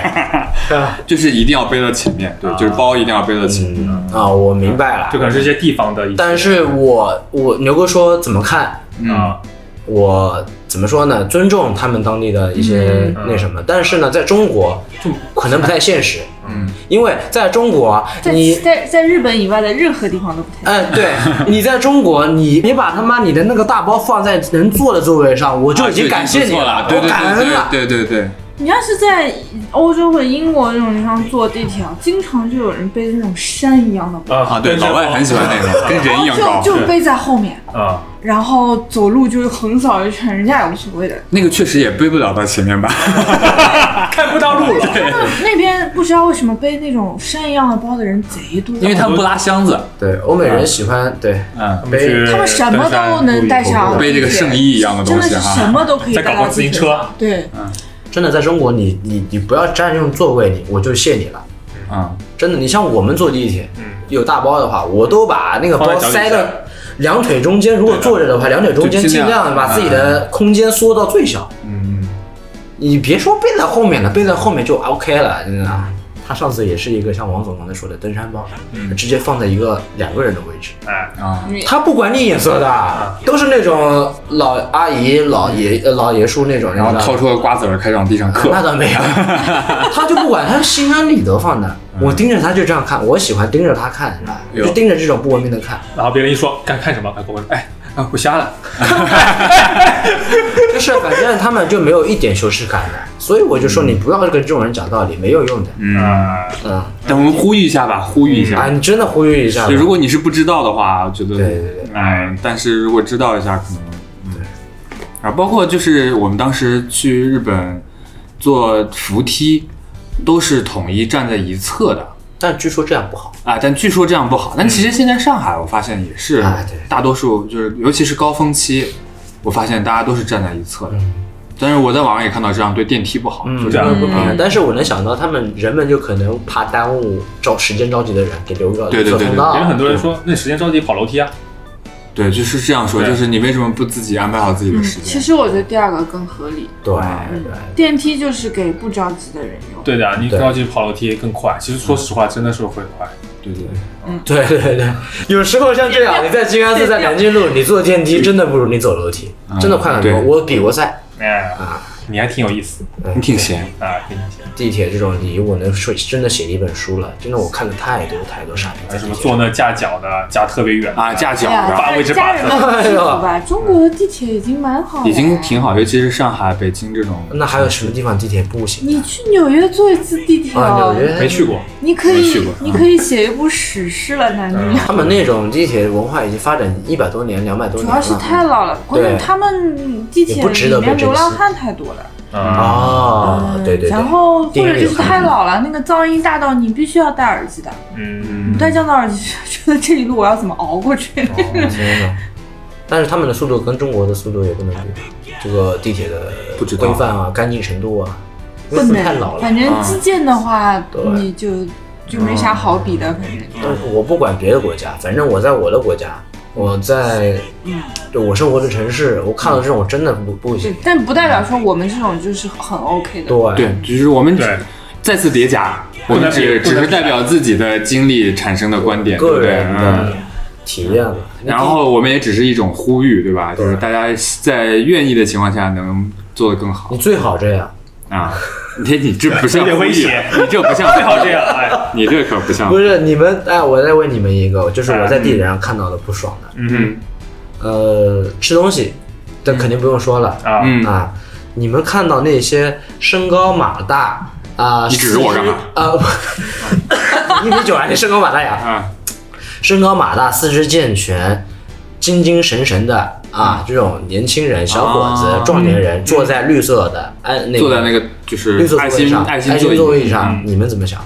就是一定要背到前面，对，就是包一定要背到前面。
嗯啊，我明白
就
了。
可能是一些地方的一些，
但是我我牛哥说怎么看？
嗯
啊，
我怎么说呢？尊重他们当地的一些
嗯
那什么，但是呢，在中国就可能不太现实，
嗯，
因为在中国
在
你。
在在日本以外的任何地方都不太。
哎， 对，你在中国，你你把他妈你的那个大包放在能坐的座位上，我就已经感谢你
啊
了，
就已
我
经不错
感
了，
恩了。
对对对对对对，
你要是在欧洲或者英国那种地方坐地铁，啊，经常就有人背着那种山一样的包，
啊
啊对，老外很喜欢那种，跟人一样
然后
高。
就就背在后面，
啊，
然后走路就是横扫一圈，人家也无所谓的。
那个确实也背不了到前面吧？
看不到路了，对，
那边不知道为什么背那种山一样的包的人贼多，
因为他们不拉箱子，
对，欧美人喜欢对
嗯，
去
他们什么都能带上，
背这个圣衣一样的
真
东
的
西
是什
哈。
么都可以
再
带
搞
到
个自行车，
对，
嗯
真的，在中国你，你你不要占用座位，你我就谢你了。
嗯，
真的，你像我们坐地铁，
嗯
有大包的话，我都把那个
放
包
在脚底
塞
下
到两腿中间。如果坐着的话，两腿中间
就尽
尽
量
量把自己
嗯
的空间缩到最小。
嗯，
你别说背在后面了，背在后面就 OK 了，
嗯
真的。啊他上次也是一个像王总刚才说的登山包，
嗯
直接放在一个两个人的位置，
哎，
啊，
他不管你眼色
啊
的，都是那种老阿姨、老爷、呃老爷叔那种人的。
然
嗯
后掏出个瓜子儿开始往地上嗑
那。倒 没有，他就不管，他心安理得放的。
嗯
我盯着他就这样看，我喜欢盯着他看，
呦
就盯着这种不文明的看，
然后别人一说干看什么，快给我，哎，啊，我瞎了，
就是反正他们就没有一点羞耻感的，所以我就说你不要跟这种人讲道理，没有用的。
嗯，
啊，
嗯，
等我们呼吁一下吧，呼吁一
啊，
下。
你真的呼吁一下吧
嗯
就，如果你是不知道的话，我觉得，
对对对
哎，但是如果知道一下，可能，嗯，啊，包括就是我们当时去日本坐扶梯，都是统一站在一侧的，
但据说这样不好。
啊，但据说这样不好。但其实现在上海，我发现也是
啊对，
大多数就是，尤其是高峰期，我发现大家都是站在一侧的。但是我在网上也看到这样对电梯不好，
嗯
就这样
嗯
不好。
但是我能想到，他们人们就可能怕耽误着时间着急的人给留个
对对
走
对
通
对
道
别人。很多人说那时间着急跑楼梯啊，
对，就是这样说，
对
就是你为什么不自己安排好自己的时
嗯其
间？
实我觉得第二个更合理，
对
嗯
对，
电梯就是给不着急的人用。
对的啊，你
对
着急跑楼梯更快，其实说实话真的是会快，
对对，
对对对，有时候像这样，你在静安寺、在南京路，你坐电梯真的不如你走楼梯，
嗯
真的快很多。
对
我比过赛
哎，
啊，
你还挺有意思
你挺闲。
啊，挺有意思。
地铁这种礼，我能说真的写一本书了，真的我看了太多太多傻逼
还
在
有什
地
么
铁
坐那架脚的，架特别远
啊，架脚
哎呀，
的
八位之
家
八
人们
哎
很幸福吧？中国的地铁已经蛮好，
已经挺。好，尤其是上海、北京这种。
那还有什么地方地铁不行？
你去纽约坐一次地铁哦
啊，纽约
没去，过，
你可
没去
以
过，嗯
你可以写一部史诗了，男女。
他们那种地铁文化已经发展一百多年、两百多
主
年
要
了。
是太老了，关键他们地铁里面流浪汉太多了。嗯
啊，
啊，对对对，
然后或者就是
电影
太
里有
老了，那个噪音大到你必须要戴耳机的，
嗯，
不戴降噪耳机，觉得这一路我要怎么熬过
嗯
去？
天呐但是他们的速度跟中国的速度也不能比，这个地铁的
不知道
规范啊、干净程度啊，因
不
为他
能
们太老，了
反。正基建的话，
对
你就就没啥好比的，反正。
但是我不管别的国家，反正我在我的国家，我在就我生活的城市，我看到这种真的不不行。
但不代表说我们这种就是很 OK 的。
对
对，就是我们
对
再次叠加，我
不
们
能比
只
不
只
能
是
比
代表自己的经历产生的观点，对不
个
对？
人
嗯
的。体验了。
然后我们也只是一种呼吁，对吧？
对
就是大家在愿意的情况下能做得更好
你最好这样，
啊。你你这不像
有点
呼
威
吁，
胁
你这不像，
最好这样，哎，
你这可 不像
不。是你们哎，我再问你们一个，就是我在
嗯
地铁上看到的不爽的，
嗯
呃，吃东西，这肯定不用说了、
啊，
嗯
啊。你们看到那些身高马大啊，
你指着我干嘛
四 肢？啊，一米九啊，你身高马大呀？
啊，
身高马大、四肢健全、精精神神的啊，这种年轻人、小伙子、
啊
壮年人坐在绿色的哎，那
坐在那个就是
绿色
爱
座位
心
上、
爱
爱
心
心座位
嗯
上，你们怎么想？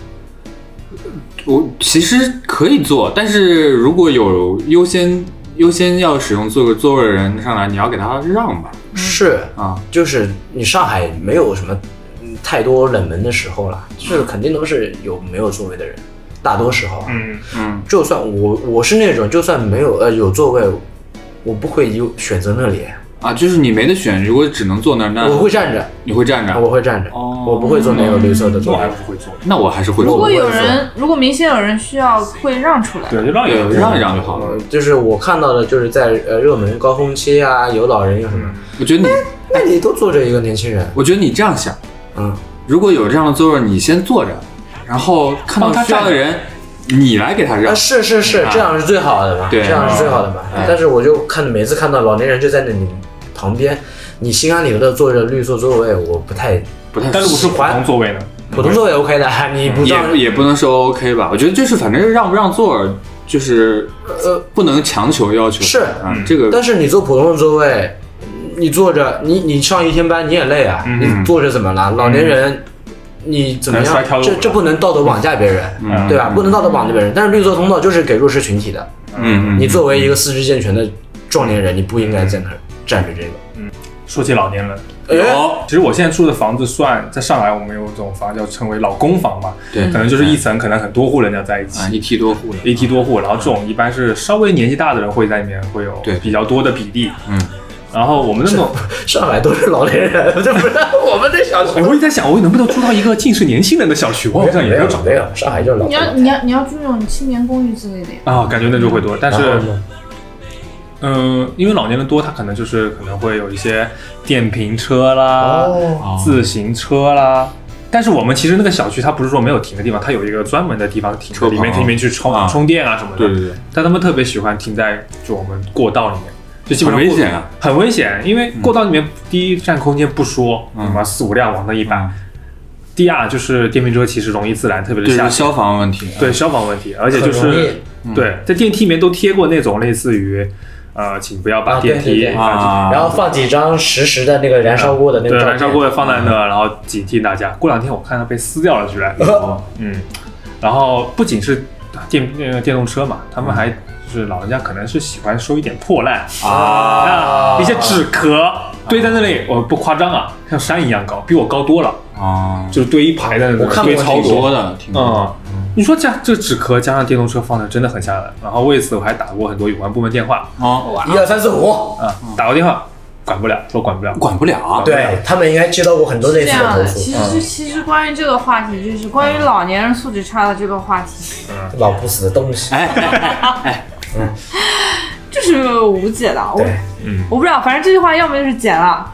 我其实可以做，但是如果有优先优先要使用座位座位的人上来，你要给他让吧。
是
啊，
就是你上海没有什么嗯太多冷门的时候了，就是肯定都是有没有座位的人，大多时候啊。
嗯，
嗯，
就算我我是那种，就算没有呃有座位，我不会优选择那里，
啊，就是你没得选，如果只能坐那儿，那
我会站着，
你会站着，
我会站着，
嗯哦嗯
我不会坐没有绿色
这
的座
我还
位。
不会做。
那我还是会
如
坐
果
的。
有人，如果明显有人需要，会让出来。
对，就让
对，
一
让一让就好了
呃。就是我看到的，就是在呃热门高峰期啊，有老人有什么，
我觉得你，
那你都坐着一个年轻人，
我觉得你这样想，
嗯，
如果有这样的座位，你先坐着，然后看
帮
到
他
需要的
站
人，你来给他
啊
让。
是是是
啊，
这样是最好的嘛，
对
这样是最好的嘛
嗯。
但是我就看每次看到老年人就在那里旁边，你心安理得的坐着绿色座位，我不太
不太
但如果是普通座位呢？
普通座位 OK 的，你不让
也也不能说 OK 吧，我觉得就是反正让不让座，就是
呃
不能强求要求。
是
啊，这个
但是你坐普通的座位，你坐着，你你上一天班你也累啊，
嗯
你坐着怎么了？老年人，你怎么
可能嗯摔
样？
跳
这
楼
这不能道德绑架别人，
嗯
对吧？不能道德绑架别人。但是绿色通道就是给弱势群体的，
嗯嗯，
你作为一个四肢健全的壮年
嗯
人，你不应该在那儿站着这个。
说起老年人，
哎，
有
其实我现在住的房子算在上海，我们有一种房叫称为老公房嘛，
对，
可能就是一层可能很多户人家在一
啊
起。
一梯多户了，
一梯多户，然后这种一般是稍微年纪大的人会在里面会有
对
比较多的比例，
嗯，
然后我们那种，
上海都是老年人，这不是我们这小
哎，
区。
我一直在想，我能不能住到一个尽是年轻人的小区？我好像也
没有
有找
没有，上海就是老
你
年
要
人。
你要你要住那种青年公寓之类的呀。
啊，感觉那就会多，但
然
是
后呢
嗯、因为老年人多，他可能就是可能会有一些电瓶车啦、
哦
自行车啦。但是我们其实那个小区，它不是说没有停的地方，它有一个专门的地方停车，
车棚
里面
啊
里面去充、
啊
充电啊什么的。
对对对，
但他们特别喜欢停在就我们过道里面，就基本上
很危
过
险啊，
很危险，因为过道里面第一占空间不说，
嗯
什么四五辆往那一摆，
嗯
第二就是电瓶车其实容易自燃，特别
对
是夏
是
天，
消防问题，
对消防问题，而且就
很容易嗯
是对在电梯里面都贴过那种类似于。呃，请不要把
啊对
电梯
对对
啊，
然后放几张实时的那个燃烧锅的
啊
那
对
个照片嗯
燃烧锅放在那，然后警惕大家。过两天我看它被撕掉了，居 然。
哦
嗯，然后不仅是电那个电动车嘛，
嗯
他们还就是老人家可能是喜欢收一点破烂
啊
啊，一些纸壳
啊
堆在那里，我不夸张啊，像山一样高，比我高多了，
啊，
就是堆一排在那里
我看过
堆超
挺多
多。
的，挺
嗯
多，
你说加这纸壳加上电动车放的真的很吓人，然后为此我还打过很多有关部门电话
的啊，
一二三四五，
啊，打过电话管不了，说管不了，
管不了，啊
对他们应该接到过很多类
这
似的
样
投
的，
诉啊
其。实其实关于这个话题，就是关于老年人素质差的这个话题，
老不死的东西，
哎，哎哎
就是无解的。我
对，
我不知道，反正这句话要么就是剪了。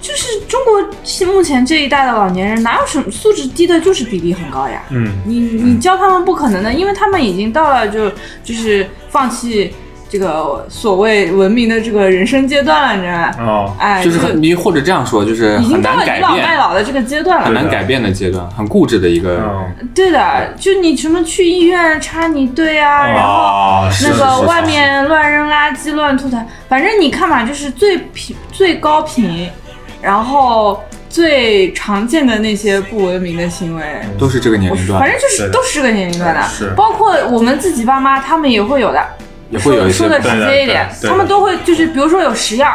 就是中国现目前这一代的老年人，哪有什么素质低的，就是比例很高呀。
嗯，
你你教他们不可能的，因为他们已经到了就就是放弃这个呃所谓文明的这个人生阶段了，你知道吗？
哦，
哎，
就是很你或者这样说，就是
已
很
经到
难
了倚
改
老卖
变，
老的这个阶段了
很。难改变的阶段，很固执的一个
嗯，
对的，就你什么去医院插你队啊，然
哦
后
啊，是
那
是
个
是
外面乱扔垃圾、乱吐痰，反正你看嘛，就是最频、最高频，然后最常见的那些不文明的行为。
都是这个年
我
龄
反
段，
正就是是
的
都是这个年龄段的，
是
包括我们自己爸妈，他们也会有的。
也会有
说
一些
说的直接一点
对的对，的
他们都会就是，比如说有十样，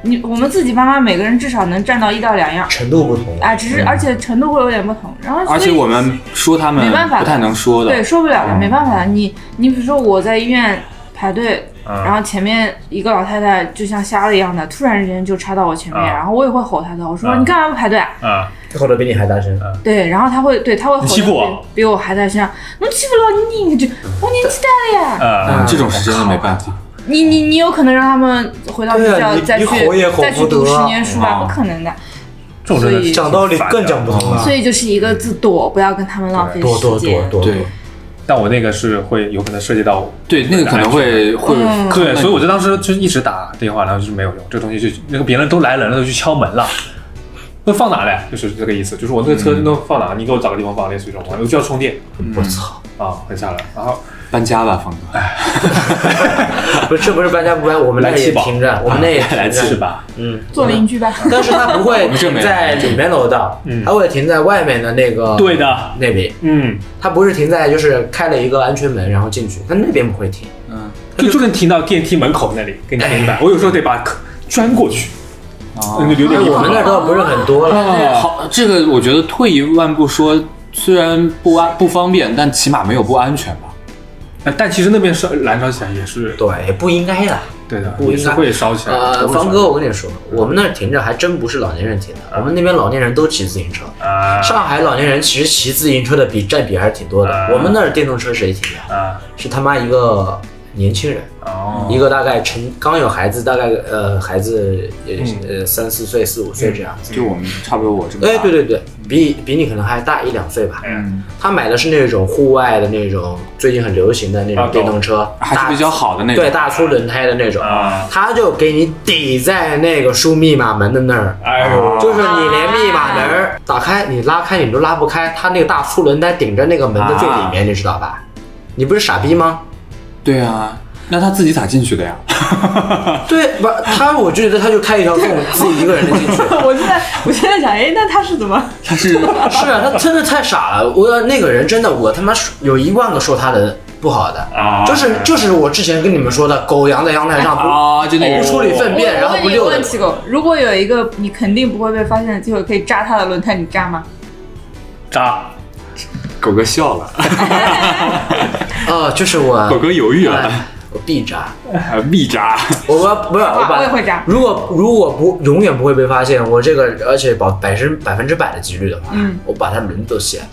你我们自己爸妈每个人至少能占到一到两样，
程度不同。
啊，只是而且程度会有点不同。然后所以
嗯而且我们说他们
没办法
不太能说的，
对受不了的，
嗯
没办法的。你你比如说我在医院排队，
嗯
然后前面一个老太太就像瞎了一样的，突然之间就插到我前
嗯
面，
啊
然后我也会吼她的，我说
啊
你干嘛不排队啊？
啊，
他吼得比你还大声，
对，然后她会对她会吼
你欺
得
负
比
我，
比我还在身上，侬欺负了你你就我年纪大了呀，
啊，
嗯，这种是真的没办法。
你你你有可能让他们回到学
对啊
校
你
再去
你吼也吼
再去
不
读
得
十
啊
年书吧，
嗯
不可能的。
这种真的是
讲道理更讲不通了
所。以就是一个字躲，不要跟他们浪费
多多
时
多
间。
多，
对
但我那个是会有可能涉及到
对，那个可能会会
嗯
对，所以我就当时就一直打电话，然后就是没有用，这个东西就那个别人都来人了，都去敲门了。那放哪嘞？就是这个意思，就是我那个车都放哪？你给我找个地方放，类似于这种，我就要充电
我操！
啊，很吓人。然后
搬家吧，方
哎
哥。
不是，这不是搬家不搬，我们那
来
也
七宝
停着，我们那也 停着，
来七宝，
嗯，
做邻居吧。
但是它不会
我们这
停
没有
在里面楼道，它会停在外面的那个
对的，
那边，
嗯，
它不是停在就是开了一个安全门然后进去，它那边不会停，
嗯
就就能停到电梯门口那里，给你停一
哎
百。我有时候得把钻过去，
哦
那就留
因
点
为
遗
哎我
憾
们那
吧。
儿倒不是很多了。
哦，好，这个我觉得退一万步说，虽然不安不方便，但起码没有不安全吧。
呃但其实那边烧燃烧起来也是
对，不应该的。
对的，
不应
也
该
是会烧起来。
啊
呃，
都会
方
烧
哥，我跟你说，我们那儿停着还真不是老年人停的，我们那边老年人都骑自行车。
啊
上海老年人其实骑自行车的比占比还是挺多的
啊。
我们那儿电动车谁停的？
啊
是他妈一个年轻人，
哦
一个大概成刚有孩子，大概呃孩子呃呃三四岁、四五岁这样子。
嗯就我们差不多我这么大。
哎，对对对，比比你可能还大一两岁吧。
嗯，
他买的是那种户外的那种，最近很流行的那
啊
种
懂
电动车，
还是
大
比较好的那种。
对大粗轮胎的那种
啊，
他就给你抵在那个输密码门的那儿。
哎呦，
就是你连密码门儿打开，你拉开你都拉不开，他那个大粗轮胎顶着那个门的最里面，你知道吧？你不是傻逼吗？
对啊，那他自己咋进去的呀？
对，不，他我就觉得他就开一条缝，自己一个人进去。
我现在我现在想，哎，那他是怎么？
他是
是啊，他真的太傻了。我那个人真的，我他妈说有一万个说他的不好的，
啊
就是就是我之前跟你们说的，狗羊在阳台上不、
啊，就那个
不处理粪便，然
我
后
问
不
你个
遛的
问。题，狗，如果有一个你肯定不会被发现的机会，可以扎他的轮胎，你扎吗？
扎
狗哥笑了，
呃，就是我，
狗哥犹豫了，
哎我必扎。
还必扎。
我不不是我把
我也会扎
如果如果不永远不会被发现，我这个而且保百分百分之百的几率的话，
嗯
我把它轮子都卸了，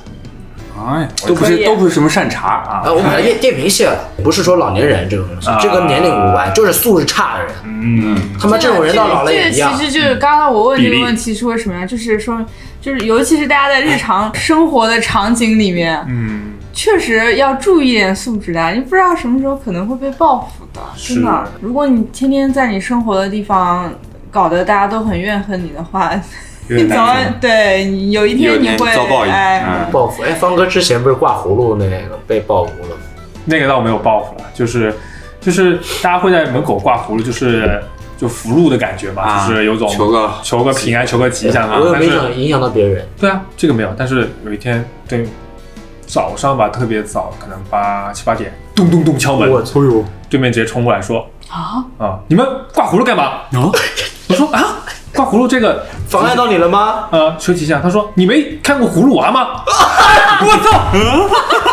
哎，都不
可
是
以
都不是什么善茬啊
啊，。我把电电瓶卸了。不是说老年人这种东西
啊，
这跟年龄无关，就是素质差的人，
嗯，
他妈这种人到老了
这
也
个
一
这
样
个。其实就是刚刚我问这
比
个
例
问题是为什么呀？就是说，就是尤其是大家在日 常生活的场景里面，
嗯
确实要注意点素质啊，你不知道什么时候可能会被报复的，真的。如果你天天在你生活的地方搞得大家都很怨恨你的 话，
有点
你早
难
晚对你有一
有
天你
点
会
遭报应。
哎，
嗯
报复哎，方哥之前不是挂葫芦那个被曝无了吗？
那个倒没有报复了，就是就是大家会在门口挂葫芦，就是就福禄的感觉嘛，
啊
就是有种
求个
求个平安、求个吉祥啊
我。又
但
没
是
想影响到别人，
对啊，这个没有。但是有一天，对早上吧，特别早，可能八七八点，咚咚咚敲门，
我
哎呦，
对面直接冲过来说
啊，
啊，你们挂葫芦干嘛？
哦
啊，
我说啊，挂葫芦这个
妨碍到你了吗？
呃，求吉祥。他说你没看过葫芦娃吗？ 我操！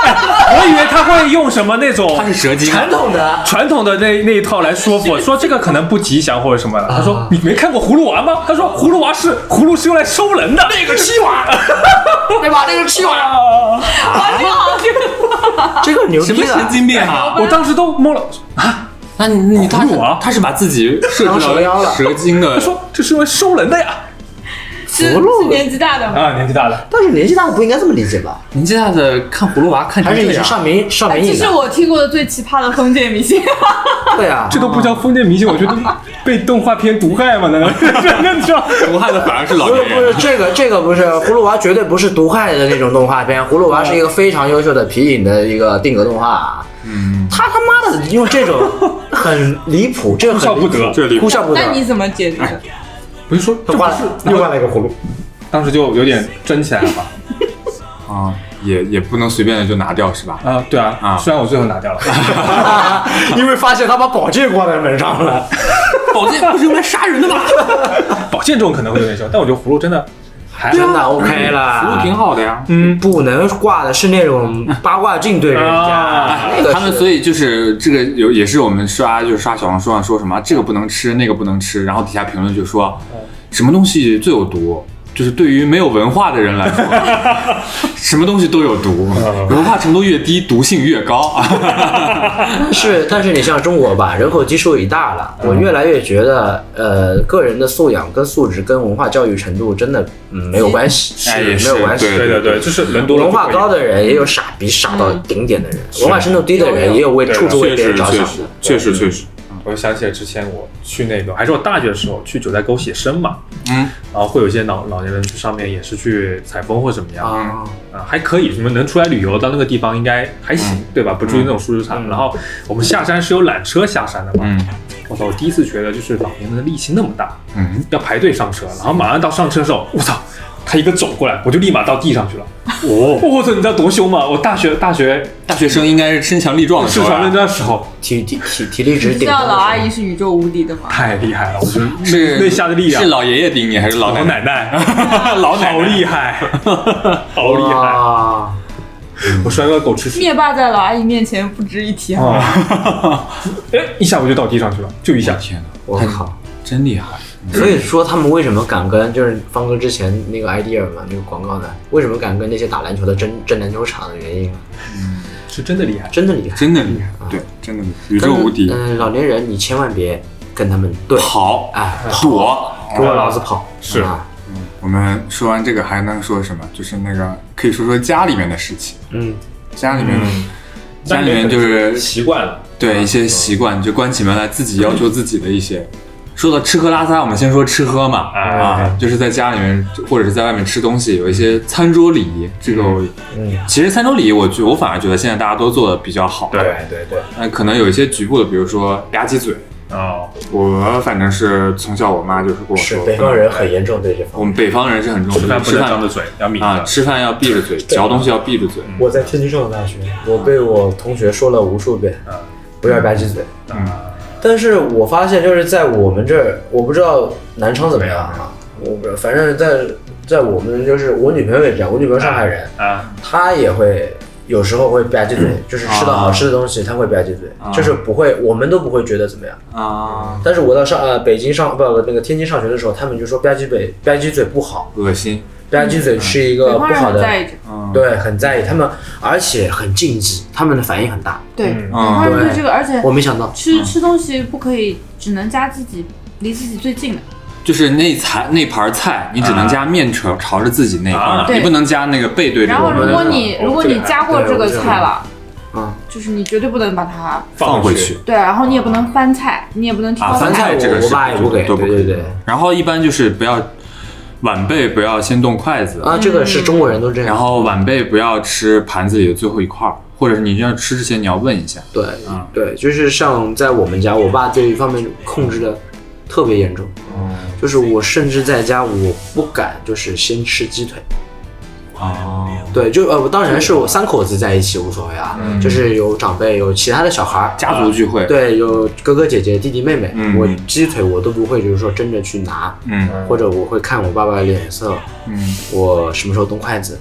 哎我以为他会用什么那种
他是蛇精啊
哦
传统的，
传统的那那一套来说服，说这个可能不吉祥或者什么的。他说你没看过葫芦娃吗？他说葫芦娃是葫芦是用来收人的，那个七娃，
对吧？那个气话，
啊
这个牛
什
逼
么神
了。
经病啊！
我当时都懵了。
那你他
葫芦娃
他是把自己设
当
置
蛇妖
到
了
蛇精的
他说这是用来收人的呀。
是是年纪大的
嗯
吗？
啊，年纪大了，
但是年纪大的不应该这么理解吧？
年纪大的看葫芦娃看成
还是
这
已经
样，
上民上民
这
瘾
是
了？
我听过的最奇葩的封建迷 信。
对啊，
这都不叫封建迷 信，我觉得被动画片毒害嘛，难道真 的叫？
毒害的反而是老啊
不是
年
不是
人。
这个这个不是葫芦娃，绝对不是毒害的那种动画片。葫芦娃是一个非常优秀的皮影的一个定格动画。嗯，他他妈的用这种很离谱，这个
哭笑
很离
不
谱
得
这里
哭笑不 得
那。你怎么解决的？
不是说
他挂了，他挂了一个 葫芦。
当时就有点争起来了嘛。
啊，也也不能随便的就拿掉是吧？
啊，对啊，
啊
虽然我最后拿 掉了，
因为发现他把宝剑挂在门上了，
宝剑不是用来杀人的吗？
宝剑这种可能会有点凶，但我觉得葫芦真的啊还
真 的 OK
葫芦挺
了。
好的呀。
嗯，
不能挂的是那种八卦镜对着人家
啊，
那个
他们
是
所以就是这个有也是我们刷就是刷小红书上说什么这个不能吃那个不能吃，然后底下评论就说
嗯
什么东西最有毒，就是对于没有文化的人来说， 什么东西都有毒，
嗯
文化程度越低毒性越 高。
是，但是你像中国吧，人口基数已大了，我越来越觉得，呃，个人的素养跟素质跟文化教育程度真的、嗯、没有关系，
哎也
没有关系。
对对对，就是人多了
文
就会有。
化高的人也有傻逼傻到顶点的人，文化程度低的人也有为
对嗯
处处为别人着想的。
确实确实，
我就想起来之前我去那个，还是我大学的时候去九寨沟写生嘛，
嗯，
然后会有一些老老年人去上面也是去采风或怎么样啊、
啊，
还可以，什么能出来旅游到那个地方应该还行，对吧？不至于那种输出场。
嗯
然后我们下山是有缆车下山的嘛，
嗯
我操，我第一次觉得就是老年人的力气那么大，
嗯，
要排队上车，然后马上到上车的时候，我操，他一个走过来，我就立马到地上去了。哦，我操，你知道多凶吗？我大学大学
大学生应该是身强力壮的时
社
候
团
啊
论，战的时候
体体体体力值
知
顶
道
峰
老阿姨是宇宙无敌的吗？
太厉害了，我觉得
是
那下的力量
是，老爷爷顶你还是老
老
奶奶？
奶奶， 老奶奶好厉害，好厉害！
啊，
我摔个狗吃 屎。
灭霸在老阿姨面前不值一提，啊好
哦，哎，一下我就到地上去了，就一 下。
天哪，
我靠！
真厉害！
所以说他们为什么敢跟就是方哥之前那个 idea 嘛，那个广告呢？为什么敢跟那些打篮球的争争篮球场的原因啊，
是真的厉害。
真的厉害，
真的厉害，
嗯
对，真的厉害宇宙无敌
但。是嗯、老年人你千万别跟他们对，
跑，
哎，
躲，
给我老子跑！
是
啊，
我们说完这个还能说什么？就是那个可以说说家里面的事情，
嗯，
家里面，
嗯
家里面就是
习惯了，
对一些习惯，就关起门来自己要求自己的一些。说到吃喝拉撒，我们先说吃喝嘛，
哎
啊，就是在家里面或者是在外面吃东西，有一些餐桌礼仪。这个我
嗯，
其实餐桌礼仪，我觉我反而觉得现在大家都做的比较好。
对
对对，
那可能有一些局部的，比如说吧唧嘴，
哦，
我反正是从小我妈就是跟我
是
说，
北方人很严重对这方
我
面。
们北方人是很重视
吃饭不
吃
能
饭
张着嘴，要抿
啊，
着。
吃饭要闭着嘴，嚼东西要闭着嘴。
我在天津上的大学，我被我同学说了无数遍，
嗯
啊
不要吧唧嘴。嗯
啊，
但是我发现就是在我们这儿，我不知道南昌怎么样啊，我不知道，反正在在我们就是我女朋友也这样，我女朋友上海人，
嗯
啊，
她也会有时候会吧唧嘴，就是吃到
啊
好吃的东西，她会吧唧嘴，就是不会，我们都不会觉得怎么样。
嗯
啊，
但是我到上呃北京上不那个天津上学的时候，他们就说吧唧嘴吧唧嘴不好，
恶心。
吧唧嘴是一
北
个不
方人
好
很
的，
在意这个，
嗯，
对，很在意他们，而且很禁忌，他们的反应很大，
对，北
嗯
方人
对
对这个，而且
我没想到。
吃吃东西不可以，只能加自己离自己最近的，
就是那菜那盘菜，你只能加面朝朝着自己那一块
啊
儿，
对
你不能加那个背对着
然
我
后
们
如果
的
你
我
如果
最
你
爱
加过
对
这
我
个
最爱
菜了，
嗯，
就是你绝对不能把它
放回去。
对，啊然后你也不能翻菜，你也不能挑
啊
菜。
翻菜这个
我
是
我爸也不给，
都
对
不给
对对。
然后一般就是不要晚辈不要先动筷子，
啊，这个是中国人都这
然
样。
后晚辈不要吃盘子里的最后一块儿，或者是你要吃之前你要问一下。
对
啊
对，就是像在我们家，我爸这一方面控制的特别严重。就是我甚至在家，我不敢就是先吃鸡腿。
哦，
对，就呃，我当然是我三口子在一起无所谓啊，就是有长辈，有其他的小孩儿，
家族聚会，，
对，有哥哥姐姐、弟弟妹妹，
嗯
我鸡腿我都不会，就是说争着去拿，
嗯
或者我会看我爸爸的脸色，
嗯，
我什么时候动筷子，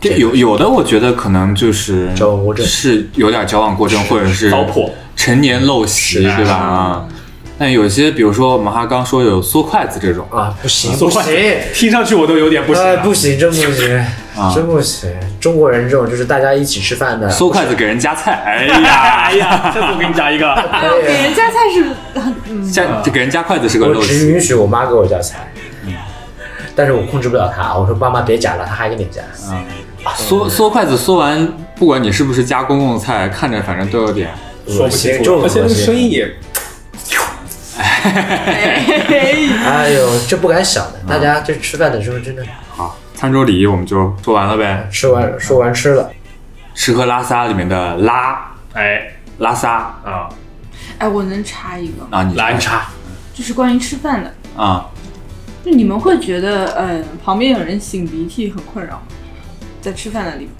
这有有的我觉得可能就是
矫枉过正
是有点矫枉过正，或者是
糟粕
陈年陋习，对吧？啊，但有些比如说我们还刚说有缩筷子这种，
啊，不行
做
不
饭
行，
听上去我都有点不行啊
哎，
了。
不行，真啊不行，真不行！中国人这种就是大家一起吃饭 的，
缩筷子给人夹菜，哎呀
哎呀，下次我给你夹一个。
哎呦给人家菜是很
夹给人夹筷子是个
我
陋
只
习。
允许我妈给我夹菜，
嗯
但是我控制不了她。我说妈妈别夹了，她还给你夹。
啊缩缩筷子缩完，不管你是不是夹公共菜，看着反正都有点。
说
恶
不清
心，
楚，
这种
而且那
恶
个声
心，
音也，
哎呦，这不敢想的。大
啊
家这吃饭的时候真的
好，餐桌礼仪我们就说完了呗。
吃完说完吃了，
吃喝拉撒里面的拉
哎
拉撒
啊，
哎，我能插一个吗，
啊，你
蓝茶
就是关于吃饭的，
啊，
就你们会觉得，嗯，旁边有人擤鼻涕很困扰吗？在吃饭的地方，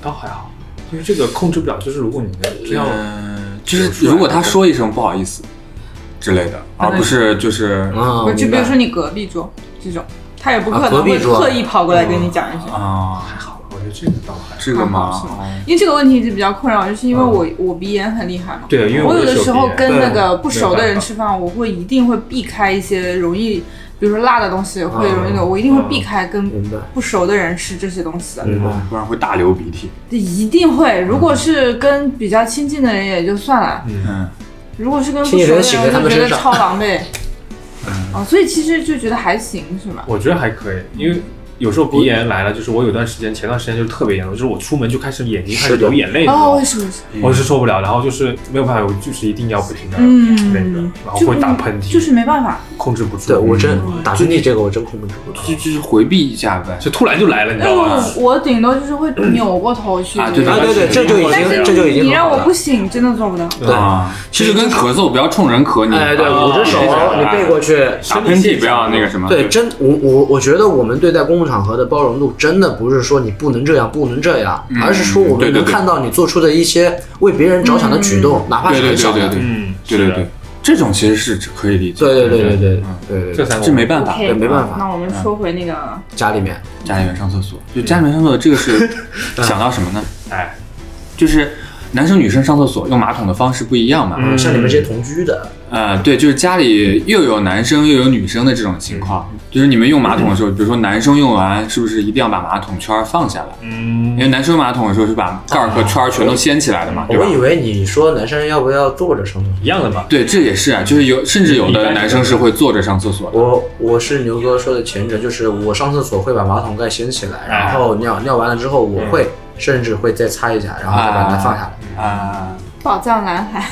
倒还好，因为这个控制不了。就是如果你的只要
嗯，就是如果他说一声不好意思之类的，而不是就是
嗯，
不是就
明
比
白
如说你隔壁桌这种，他也不可
啊哦隔
能
壁
会
桌
特意跑过来跟你讲一声。
啊，
还好，我觉得这个倒还好。
这个
还好是
嘛
吗，因为这个问题是比较困扰，就是因为
嗯
我、我鼻炎很厉害嘛。
对因为我
我有
也
的
是有
时候
鼻炎
跟那个不
没有
熟的
办
人
法
吃饭，我会一定会避开一些容易，比如说辣的东西会容易的，
嗯嗯
我一定会避开跟
明白
不熟的人吃这些东西的，
明白。
不然会大流鼻涕。
这一定会。如
嗯
果是跟比较亲近的人也就算了，
嗯，
如果是跟不熟
亲
的
近
人，我
人醒在他
就
们
觉得
身上嗯
超狼狈。哦，所以其实就觉得还行，是吧？
我觉得还可以，因为有时候鼻炎来了，就是我有段时间，前段时间就是特别严重，就是我出门就开始眼睛开始
是的
流眼泪，你知道
哦，
吗
为什么？
我
哎
是受不了，然后就是没有办法，我就是一定要不停的
嗯
那个，然后会打喷嚏，
就是没办法。
控制不住。
对我真打喷嚏这个我真控制不住。
就就是回避一下呗。
就突然就来了，你知道
但
吗？
是哎我顶多就是会扭过头去。
啊对
啊，对对，这就已
但
经
是
这就已经
你
很
让
好
我
了
不。醒，真的做不到。
对，
啊，这就跟咳嗽，不要冲人咳，你
哎，对，
啊
捂着手
啊，
你背过去。
打喷嚏不要那个什么，
对，真我我我觉得我们对待公共场合的包容度，真的不是说你不能这样，不能这样，而是说我
对
们
对
能
对
看到你做出的一些为别人着想的
嗯
举动，哪怕
对
是
对
很
对
小
对
的。
对，
嗯
对
是
对
的
对，这种其实是可以理解，
对对嗯对对对对对
这
对，
三个
这没办法，
对没办法
那我们说回那个，
家里面
家里面上厕所，就家里面上厕所这 个是想到什么呢？
哎，
就是男生女生上厕所用马桶的方式不一样嘛，
嗯
像你们这些同居的，
呃，对，就是家里又有男生又有女生的这种情
嗯
况，就是你们用马桶的时候，比如说男生用完，是不是一定要把马桶圈儿放下来？
嗯，
因为男生用马桶的时候是把盖儿和圈儿全都掀起来的嘛，对吧
我？
嗯
以为你说男生要不要坐着上厕所。
一样的嘛。
对，这也是啊，就是有甚至有的男生是会坐着上厕所的。
我我是牛哥说的前者，就是我上厕所会把马桶盖掀起来，然后尿尿完了之后，我会甚至会再擦一下，然后再把它放下来。
啊，
宝藏男孩，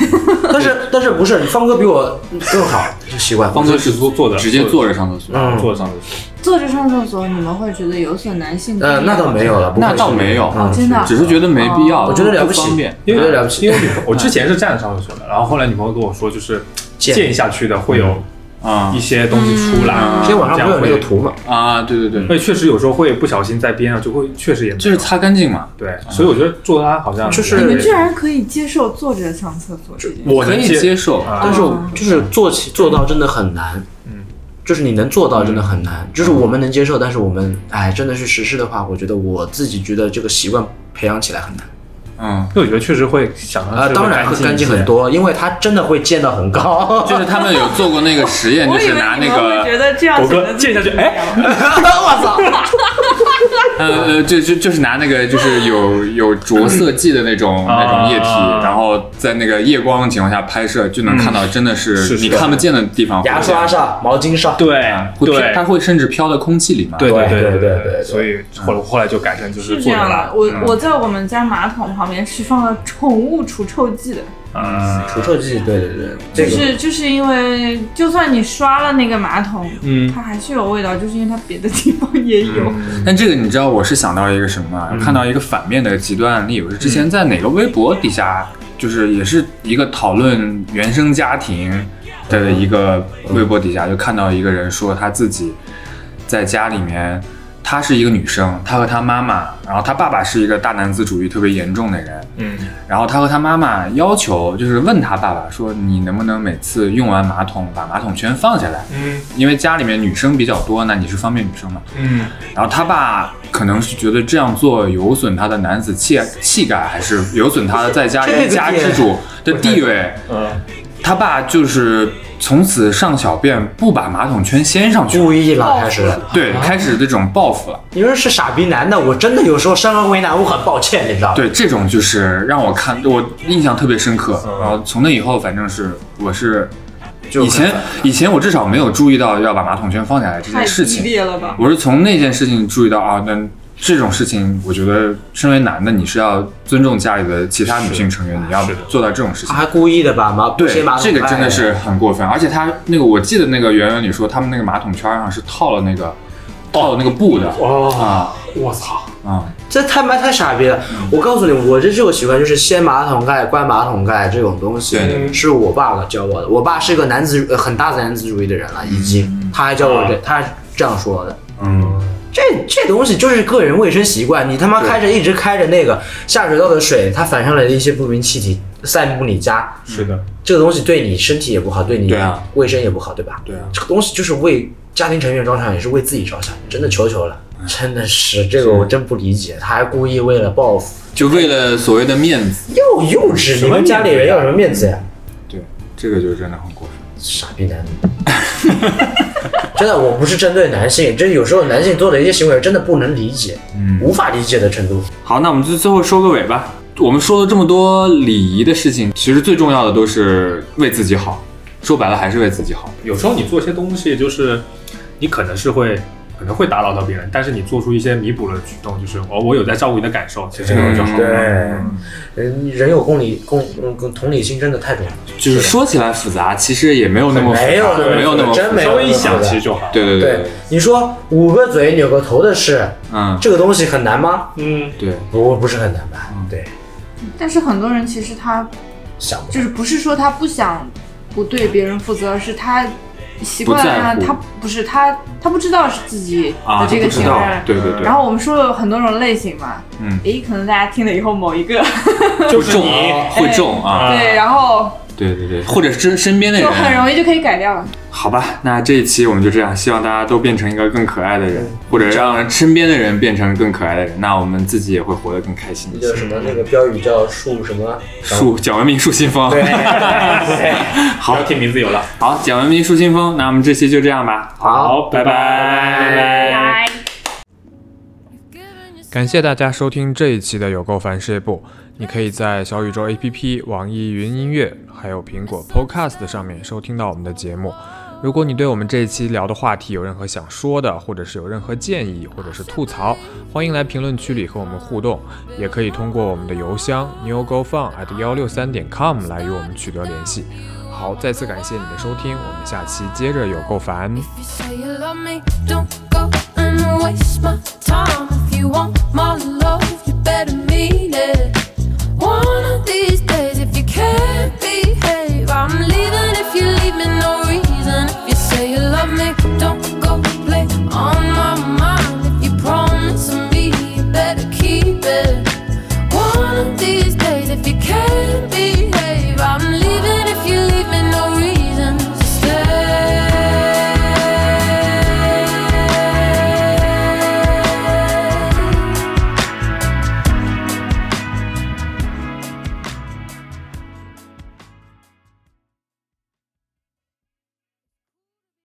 但是但是不是方哥比我更好，就习惯。
方哥是坐
坐着
直接坐着上厕所。
嗯
坐上的时
坐着上厕所，你们会觉得有损男性？
呃，那倒没有了，不会
那倒没有
嗯，
真的啊
只是觉得没必要，
我觉得了不
方
起，
便。
我觉得了不
候，因
起
为。女朋友我之前是站着上厕所的，然后后来女朋友跟我说，就是
溅
溅下去的会有
啊
一些东西出来，
嗯
嗯今天晚上不是有那
这
个
样会。
图嘛？
啊，对对对，
对，确实有时候会不小心在边上，就会确实也
就是擦干净嘛。
对，所以我觉得坐它好像
就是
你们居然可以接受坐着上厕所这件事？
我
可
能
以接受，
啊
但是我就是做起做到真的很难，
嗯
就是你能做到真的很难，就是我们能接受，但是我们哎，真的去实施的话，我觉得我自己觉得这个习惯培养起来很难。
嗯，
因为我觉得确实会想象
啊，
是
当然会干
一些
净很。多，因为它真的会溅到很高。
就是他们有做过那个实验，就
我以
是
为
拿
你
那
们会觉
个
得这样
狗
显
哥
得
溅下去，哎，
呃呃，就就就是拿那个就是有有着色剂的那种
啊
那种液体
啊，
然后在那个夜光的情况下拍摄，就能看到真的
是
是
是
你看不见的地方 会
牙刷上、毛巾上，
对
会飘
对
它会甚至飘到空气里嘛。
对对
对对对对
对，
对嗯
所以后来后来就改成就是
是这
坐着
样
拉
的，。我我在我们家马桶旁边是放了宠物除臭剂的，
嗯，
除臭剂，对对对，这
就
个
是就是因为就算你刷了那个马桶，
嗯
它还是有味道，就是因为它别的地方也有。
嗯
但这个你知道我是想到一个什么吗？看到一个反面的极端案例，我是之前在哪个微博底下，就是也是一个讨论原生家庭的一个微博底下，就看到一个人说他自己在家里面，她是一个女生，她和她妈妈，然后她爸爸是一个大男子主义特别严重的人，
嗯
然后她和她妈妈要求就是问她爸爸说，你能不能每次用完马桶把马桶圈放下来？
嗯
因为家里面女生比较多，那你是方便女生嘛？
嗯，
然后他爸可能是觉得这样做有损他的男子气气概，还是有损他在 家
这
人
个
家
点
之主的地位。
嗯，
他爸就是从此上小便不把马桶圈掀上去了，
故意了，开始。
对，开始这种报复了。
你说是傻逼男的，我真的有时候生而为男，我很抱歉，你知道吗？
对，这种就是让我看我印象特别深刻。然后从那以后，反正是我是
嗯就
以前
很
以前我至少没有注意到要把马桶圈放下来这
太
件事
激
情。
烈了吧？
我是从那件事情注意到啊，那这种事情，我觉得身为男的，你是要尊重家里的其他女性成员，你要啊
是的
做到这种事
他
情。
还故意的把马
对
掀马，桶
这个真
盖
的是很过分，而且他那个，我记得那个圆圆你说他们那个马桶圈上是套了那个套了那个布的
哦，
啊
我操，
啊，
这他妈太傻逼了！我告诉你，我这是有习惯，就是掀马桶盖、关马桶盖这种东西
嗯
对，
是我爸爸教我的。我爸是一个男子、呃很大的男子主义的人了，已经，他还教我这，他还这样说的。
嗯，
这这东西就是个人卫生习惯，你他妈开着一直开着那个下水道的水，它反上来的一些不明气体散布你家，
是的，
这个东西对你身体也不好，嗯对你
对啊
卫生也不好，对吧？
对啊
这个东西就是为家庭成员着想，也是为自己着想，真的求求了，真的嗯是这个我真不理解，他还故意为了报复，
就为了所谓的面子，
又幼稚，你们家里人要什么面子呀？
对，这个就真的很过分。
傻逼男的。真的，我不是针对男性，这有时候男性做的一些行为真的不能理解，
嗯
无法理解的程度。
好，那我们就最后收个尾吧。我们说了这么多礼仪的事情，其实最重要的都是为自己好，说白了还是为自己好。
有时候你做些东西，就是你可能是会可能会打扰到别人，但是你做出一些弥补的举动，就是哦，我有在照顾你的感受，其实这个就好了。
嗯对，人人有共理共嗯共同理心真的太重要了。
就是说起来复杂，其实也没有那么复杂
没有那么
没有那么复
真
杂
没有
稍微一
那么
想，
复杂
其实就好。
对对
对，你说捂个嘴扭个头的事，
嗯，
这个东西很难吗？
嗯，
对，
不，不是很难吧？对，
但是很多人其实他
想不
就
到。
是不是说他不想不对别人负责，而是他习惯
不在
了
乎
他不是他他不知道是自己
啊，
的这个
不知
行
道
为。，
对对对，
然后我们说了很多种类型嘛，
嗯
诶，可能大家听了以后某一个
就是
中
你，
哎
会中啊，
对，然后
对对对，或者是身边的
就很
人，
容易就可以改掉了。
好吧，那这一期我们就这样，希望大家都变成一个更可爱的人，或者让身边的人变成更可爱的人，那我们自己也会活得更开心一
叫
些。
什么那个标语叫树什么？
树讲文明树新风，
对，
不
好
要听名字有了。
好讲文明树新风，那我们这期就这样吧，
好
拜拜拜拜。
感谢大家收听这一期的《有够烦事业部》，你可以在小宇宙 APP、网易云音乐还有苹果 Podcast 上面收听到我们的节目。如果你对我们这一期聊的话题有任何想说的，或者是有任何建议，或者是吐槽，欢迎来评论区里和我们互动，也可以通过我们的邮箱 newgofun at 幺六三点 com 来与我们取得联系。好，再次感谢你的收听，我们下期接着有够烦。
If you say you love me, don't go and waste my time. If you want my love, you better mean it. One of these days, if you can't behave, I'm leaving. If you leave me, no reason. If you say you love me, don't go play on my mind. If you promise me, you better keep it. One of these days, if you can't behave, I'm leaving.